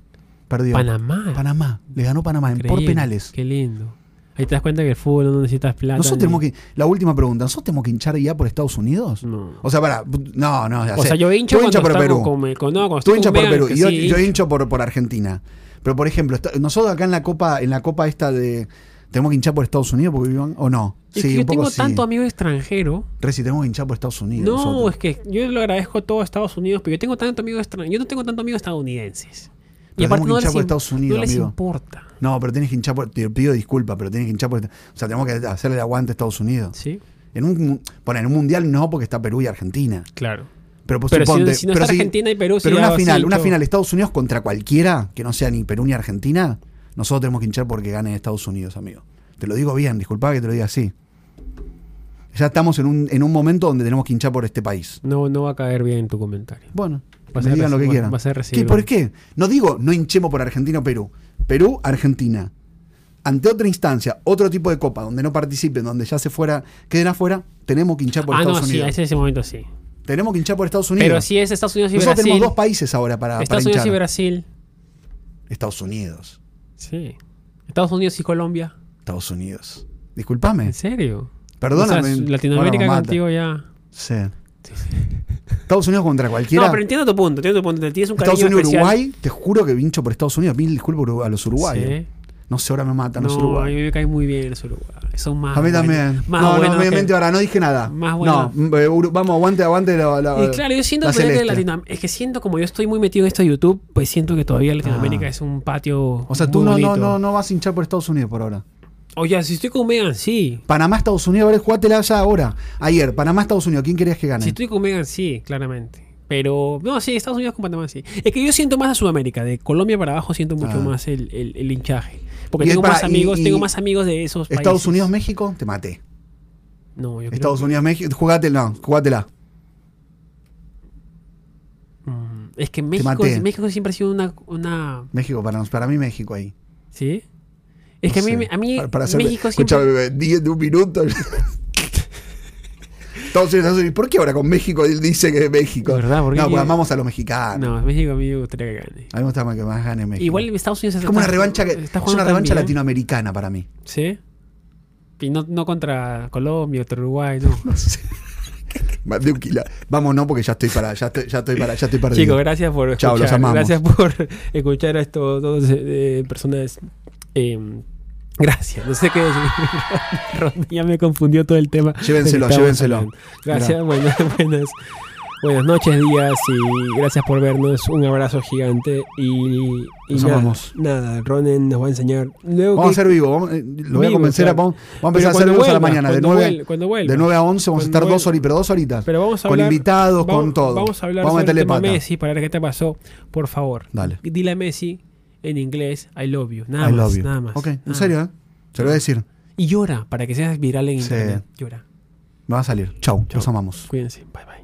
S1: Perdió.
S2: Panamá.
S1: Panamá. Le ganó Panamá en por
S2: Increíble.
S1: penales.
S2: Qué lindo. Ahí te das cuenta que el fútbol no necesitas plata.
S1: Nosotros
S2: ni-
S1: tenemos que. La última pregunta. ¿Nosotros tenemos que hinchar ya por Estados Unidos?
S2: No.
S1: O sea, para. No, no. ya
S2: O
S1: sé.
S2: sea, yo hincho,
S1: Tú hincha
S2: cuando
S1: por Perú.
S2: estamos con me- con- no, cuando
S1: Tú
S2: estoy
S1: hincha
S2: con
S1: por
S2: Megan,
S1: Perú.
S2: que
S1: Y yo,
S2: sí,
S1: yo hincho por, por Argentina. Pero, por ejemplo, esta- nosotros acá en la Copa en la copa esta de. ¿Tenemos que hinchar por Estados Unidos? Porque, vivan- ¿O no?
S2: Es que yo tengo
S1: sí.
S2: tanto amigo extranjero.
S1: Reci, tenemos que hinchar por Estados Unidos.
S2: No,
S1: nosotros.
S2: es que yo lo agradezco a todos Estados Unidos, pero yo tengo tanto amigo extranjero. Yo no tengo tanto amigos estadounidenses.
S1: Pero tenemos que
S2: no
S1: hinchar por
S2: im-
S1: Estados Unidos,
S2: no les
S1: amigo.
S2: importa.
S1: No, pero tenés que hinchar por. Te pido disculpas, pero tenés que hinchar por. O sea, tenemos que hacerle el aguante a Estados Unidos.
S2: ¿Sí?
S1: En un, bueno, en un mundial no, porque está Perú y Argentina.
S2: Claro.
S1: Pero, pues,
S2: Pero si-
S1: suponte,
S2: si no está Argentina y Perú, sí
S1: Pero
S2: la
S1: una
S2: va-
S1: final,
S2: sí,
S1: una
S2: todo.
S1: final Estados Unidos contra cualquiera que no sea ni Perú ni Argentina, nosotros tenemos que hinchar porque gane Estados Unidos, amigo. Te lo digo bien, disculpa que te lo diga así. Ya estamos en un, en un momento donde tenemos que hinchar por este país.
S2: No, no va a caer bien tu comentario.
S1: Bueno,
S2: Vas
S1: me
S2: a
S1: digan lo
S2: reci-
S1: que
S2: vas-
S1: quieran.
S2: vas a recibir
S1: ¿Qué, ¿Por
S2: un-
S1: qué? No digo no hinchemos por Argentina o Perú. Perú, Argentina. Ante otra instancia, otro tipo de copa, donde no participen, donde ya se fuera, queden afuera, tenemos que hinchar por
S2: ah, no,
S1: Estados
S2: sí,
S1: Unidos.
S2: a ese, ese momento sí.
S1: Tenemos que hinchar por Estados Unidos.
S2: Pero si es Estados Unidos y
S1: Nosotros
S2: Brasil.
S1: tenemos dos países ahora para, para
S2: Estados Unidos y
S1: hinchar.
S2: Brasil.
S1: Estados Unidos.
S2: Sí. Estados Unidos y Colombia.
S1: Estados Unidos. Disculpame.
S2: ¿En serio?
S1: Perdóname.
S2: O sea, Latinoamérica
S1: Ahora me mata.
S2: contigo ya.
S1: Sí. Estados Unidos contra cualquiera.
S2: No, pero entiendo tu punto, entiendo tu punto. Te Tienes un
S1: Estados
S2: cariño
S1: Unidos,
S2: especial.
S1: Uruguay. Te juro que vincho por Estados Unidos. Mil disculpas Urugu- a los uruguayos.
S2: Sí.
S1: No sé, ahora me matan eh. los
S2: No, a mí
S1: uruguayos.
S2: me cae muy bien los uruguayos. Son más
S1: A mí
S2: buenos-
S1: también.
S2: Más
S1: no,
S2: buenos
S1: no, me
S2: que-
S1: mente ahora. No dije nada.
S2: Más bueno.
S1: No, eh, Uru- vamos, aguante, aguante. La, la-
S2: Y claro, yo siento
S1: la
S2: que todavía que
S1: celeste.
S2: Latinoam- es que siento como yo estoy muy metido en esto de YouTube, pues siento que todavía Latinoamérica
S1: Ah.
S2: es un patio.
S1: O sea, tú no, no, no, no vas a hinchar por Estados Unidos por ahora.
S2: Oye, si estoy con Megan, sí.
S1: Panamá, Estados Unidos. A ver, jugátela ya ahora. Ayer, Panamá, Estados Unidos. ¿Quién querías que gane?
S2: Si estoy con Megan, sí, claramente. Pero, no, sí, Estados Unidos con Panamá, sí. Es que yo siento más a Sudamérica, de Colombia para abajo siento mucho
S1: Ah.
S2: más el, el- el hinchaje. Porque
S1: Y es
S2: tengo
S1: para-
S2: más amigos,
S1: y- y-
S2: tengo más amigos de esos países.
S1: Estados Unidos, México. Te maté.
S2: No, yo creo
S1: Estados
S2: que-
S1: Unidos, México, jugátela, no, jugátela.
S2: Mm, Es que México,
S1: maté.
S2: México siempre ha sido una, una
S1: México, para, nos- para mí México ahí.
S2: ¿Sí? Es que a mí, me- a mí
S1: para, para hacerme-
S2: México siempre...
S1: Escúchame, 10 de un minuto. Estados Unidos, Estados Unidos, ¿por qué ahora con México él dice que es México?
S2: ¿Verdad? ¿Por qué
S1: no,
S2: quiere-
S1: pues amamos a los mexicanos.
S2: No, México a mí me gustaría que gane.
S1: A mí me gusta más que más gane México.
S2: Igual Estados Unidos
S1: es como una revancha, que,
S2: está
S1: es
S2: jugando
S1: una
S2: tan
S1: revancha
S2: bien.
S1: latinoamericana para mí.
S2: ¿Sí? Y no, no contra Colombia, contra Uruguay, no.
S1: Más de un kilo. Vamos, no, porque ya estoy para, ya estoy, ya estoy para, ya estoy perdido.
S2: Chicos, gracias por escuchar.
S1: Chao, los amamos.
S2: Gracias por escuchar a estos dos eh, personas. eh, gracias. No sé qué decir. Ron ya me confundió todo el tema.
S1: Llévenselo,
S2: Estamos
S1: llévenselo.
S2: hablando. Gracias, buenas, buenas. Buenas noches, días y gracias por vernos. Un abrazo gigante y, y
S1: Los
S2: nada,
S1: amamos.
S2: nada, Ronen nos va a enseñar. Luego
S1: Vamos a
S2: que-
S1: ser vivo. vamos- eh, lo voy a
S2: Vivo,
S1: convencer a
S2: claro.
S1: vamos, vamos a empezar
S2: Pero
S1: a hacer
S2: cuando
S1: vivos a la
S2: vuelva,
S1: mañana. De
S2: cuando
S1: 9,
S2: vuelva, cuando vuelva.
S1: de 9 a 11 vamos a
S2: Cuando
S1: estar dos
S2: vuelva.
S1: horitas, pero dos horitas.
S2: Pero vamos a
S1: con
S2: hablar,
S1: invitados, con
S2: vamos-
S1: todo.
S2: Vamos a hablar
S1: vamos a
S2: sobre
S1: meterle
S2: el tema
S1: pata.
S2: Messi para ver qué te pasó, por favor.
S1: Dale.
S2: Dile a Messi en inglés I love you, nada
S1: I
S2: más,
S1: love you.
S2: nada más.
S1: Ok, en
S2: nada
S1: serio,
S2: más.
S1: ¿eh? Se lo voy a decir.
S2: Y llora para que seas viral en
S1: Sí.
S2: internet. Llora.
S1: Me va a salir. Chau,
S2: Chau.
S1: los amamos.
S2: Cuídense. Bye bye.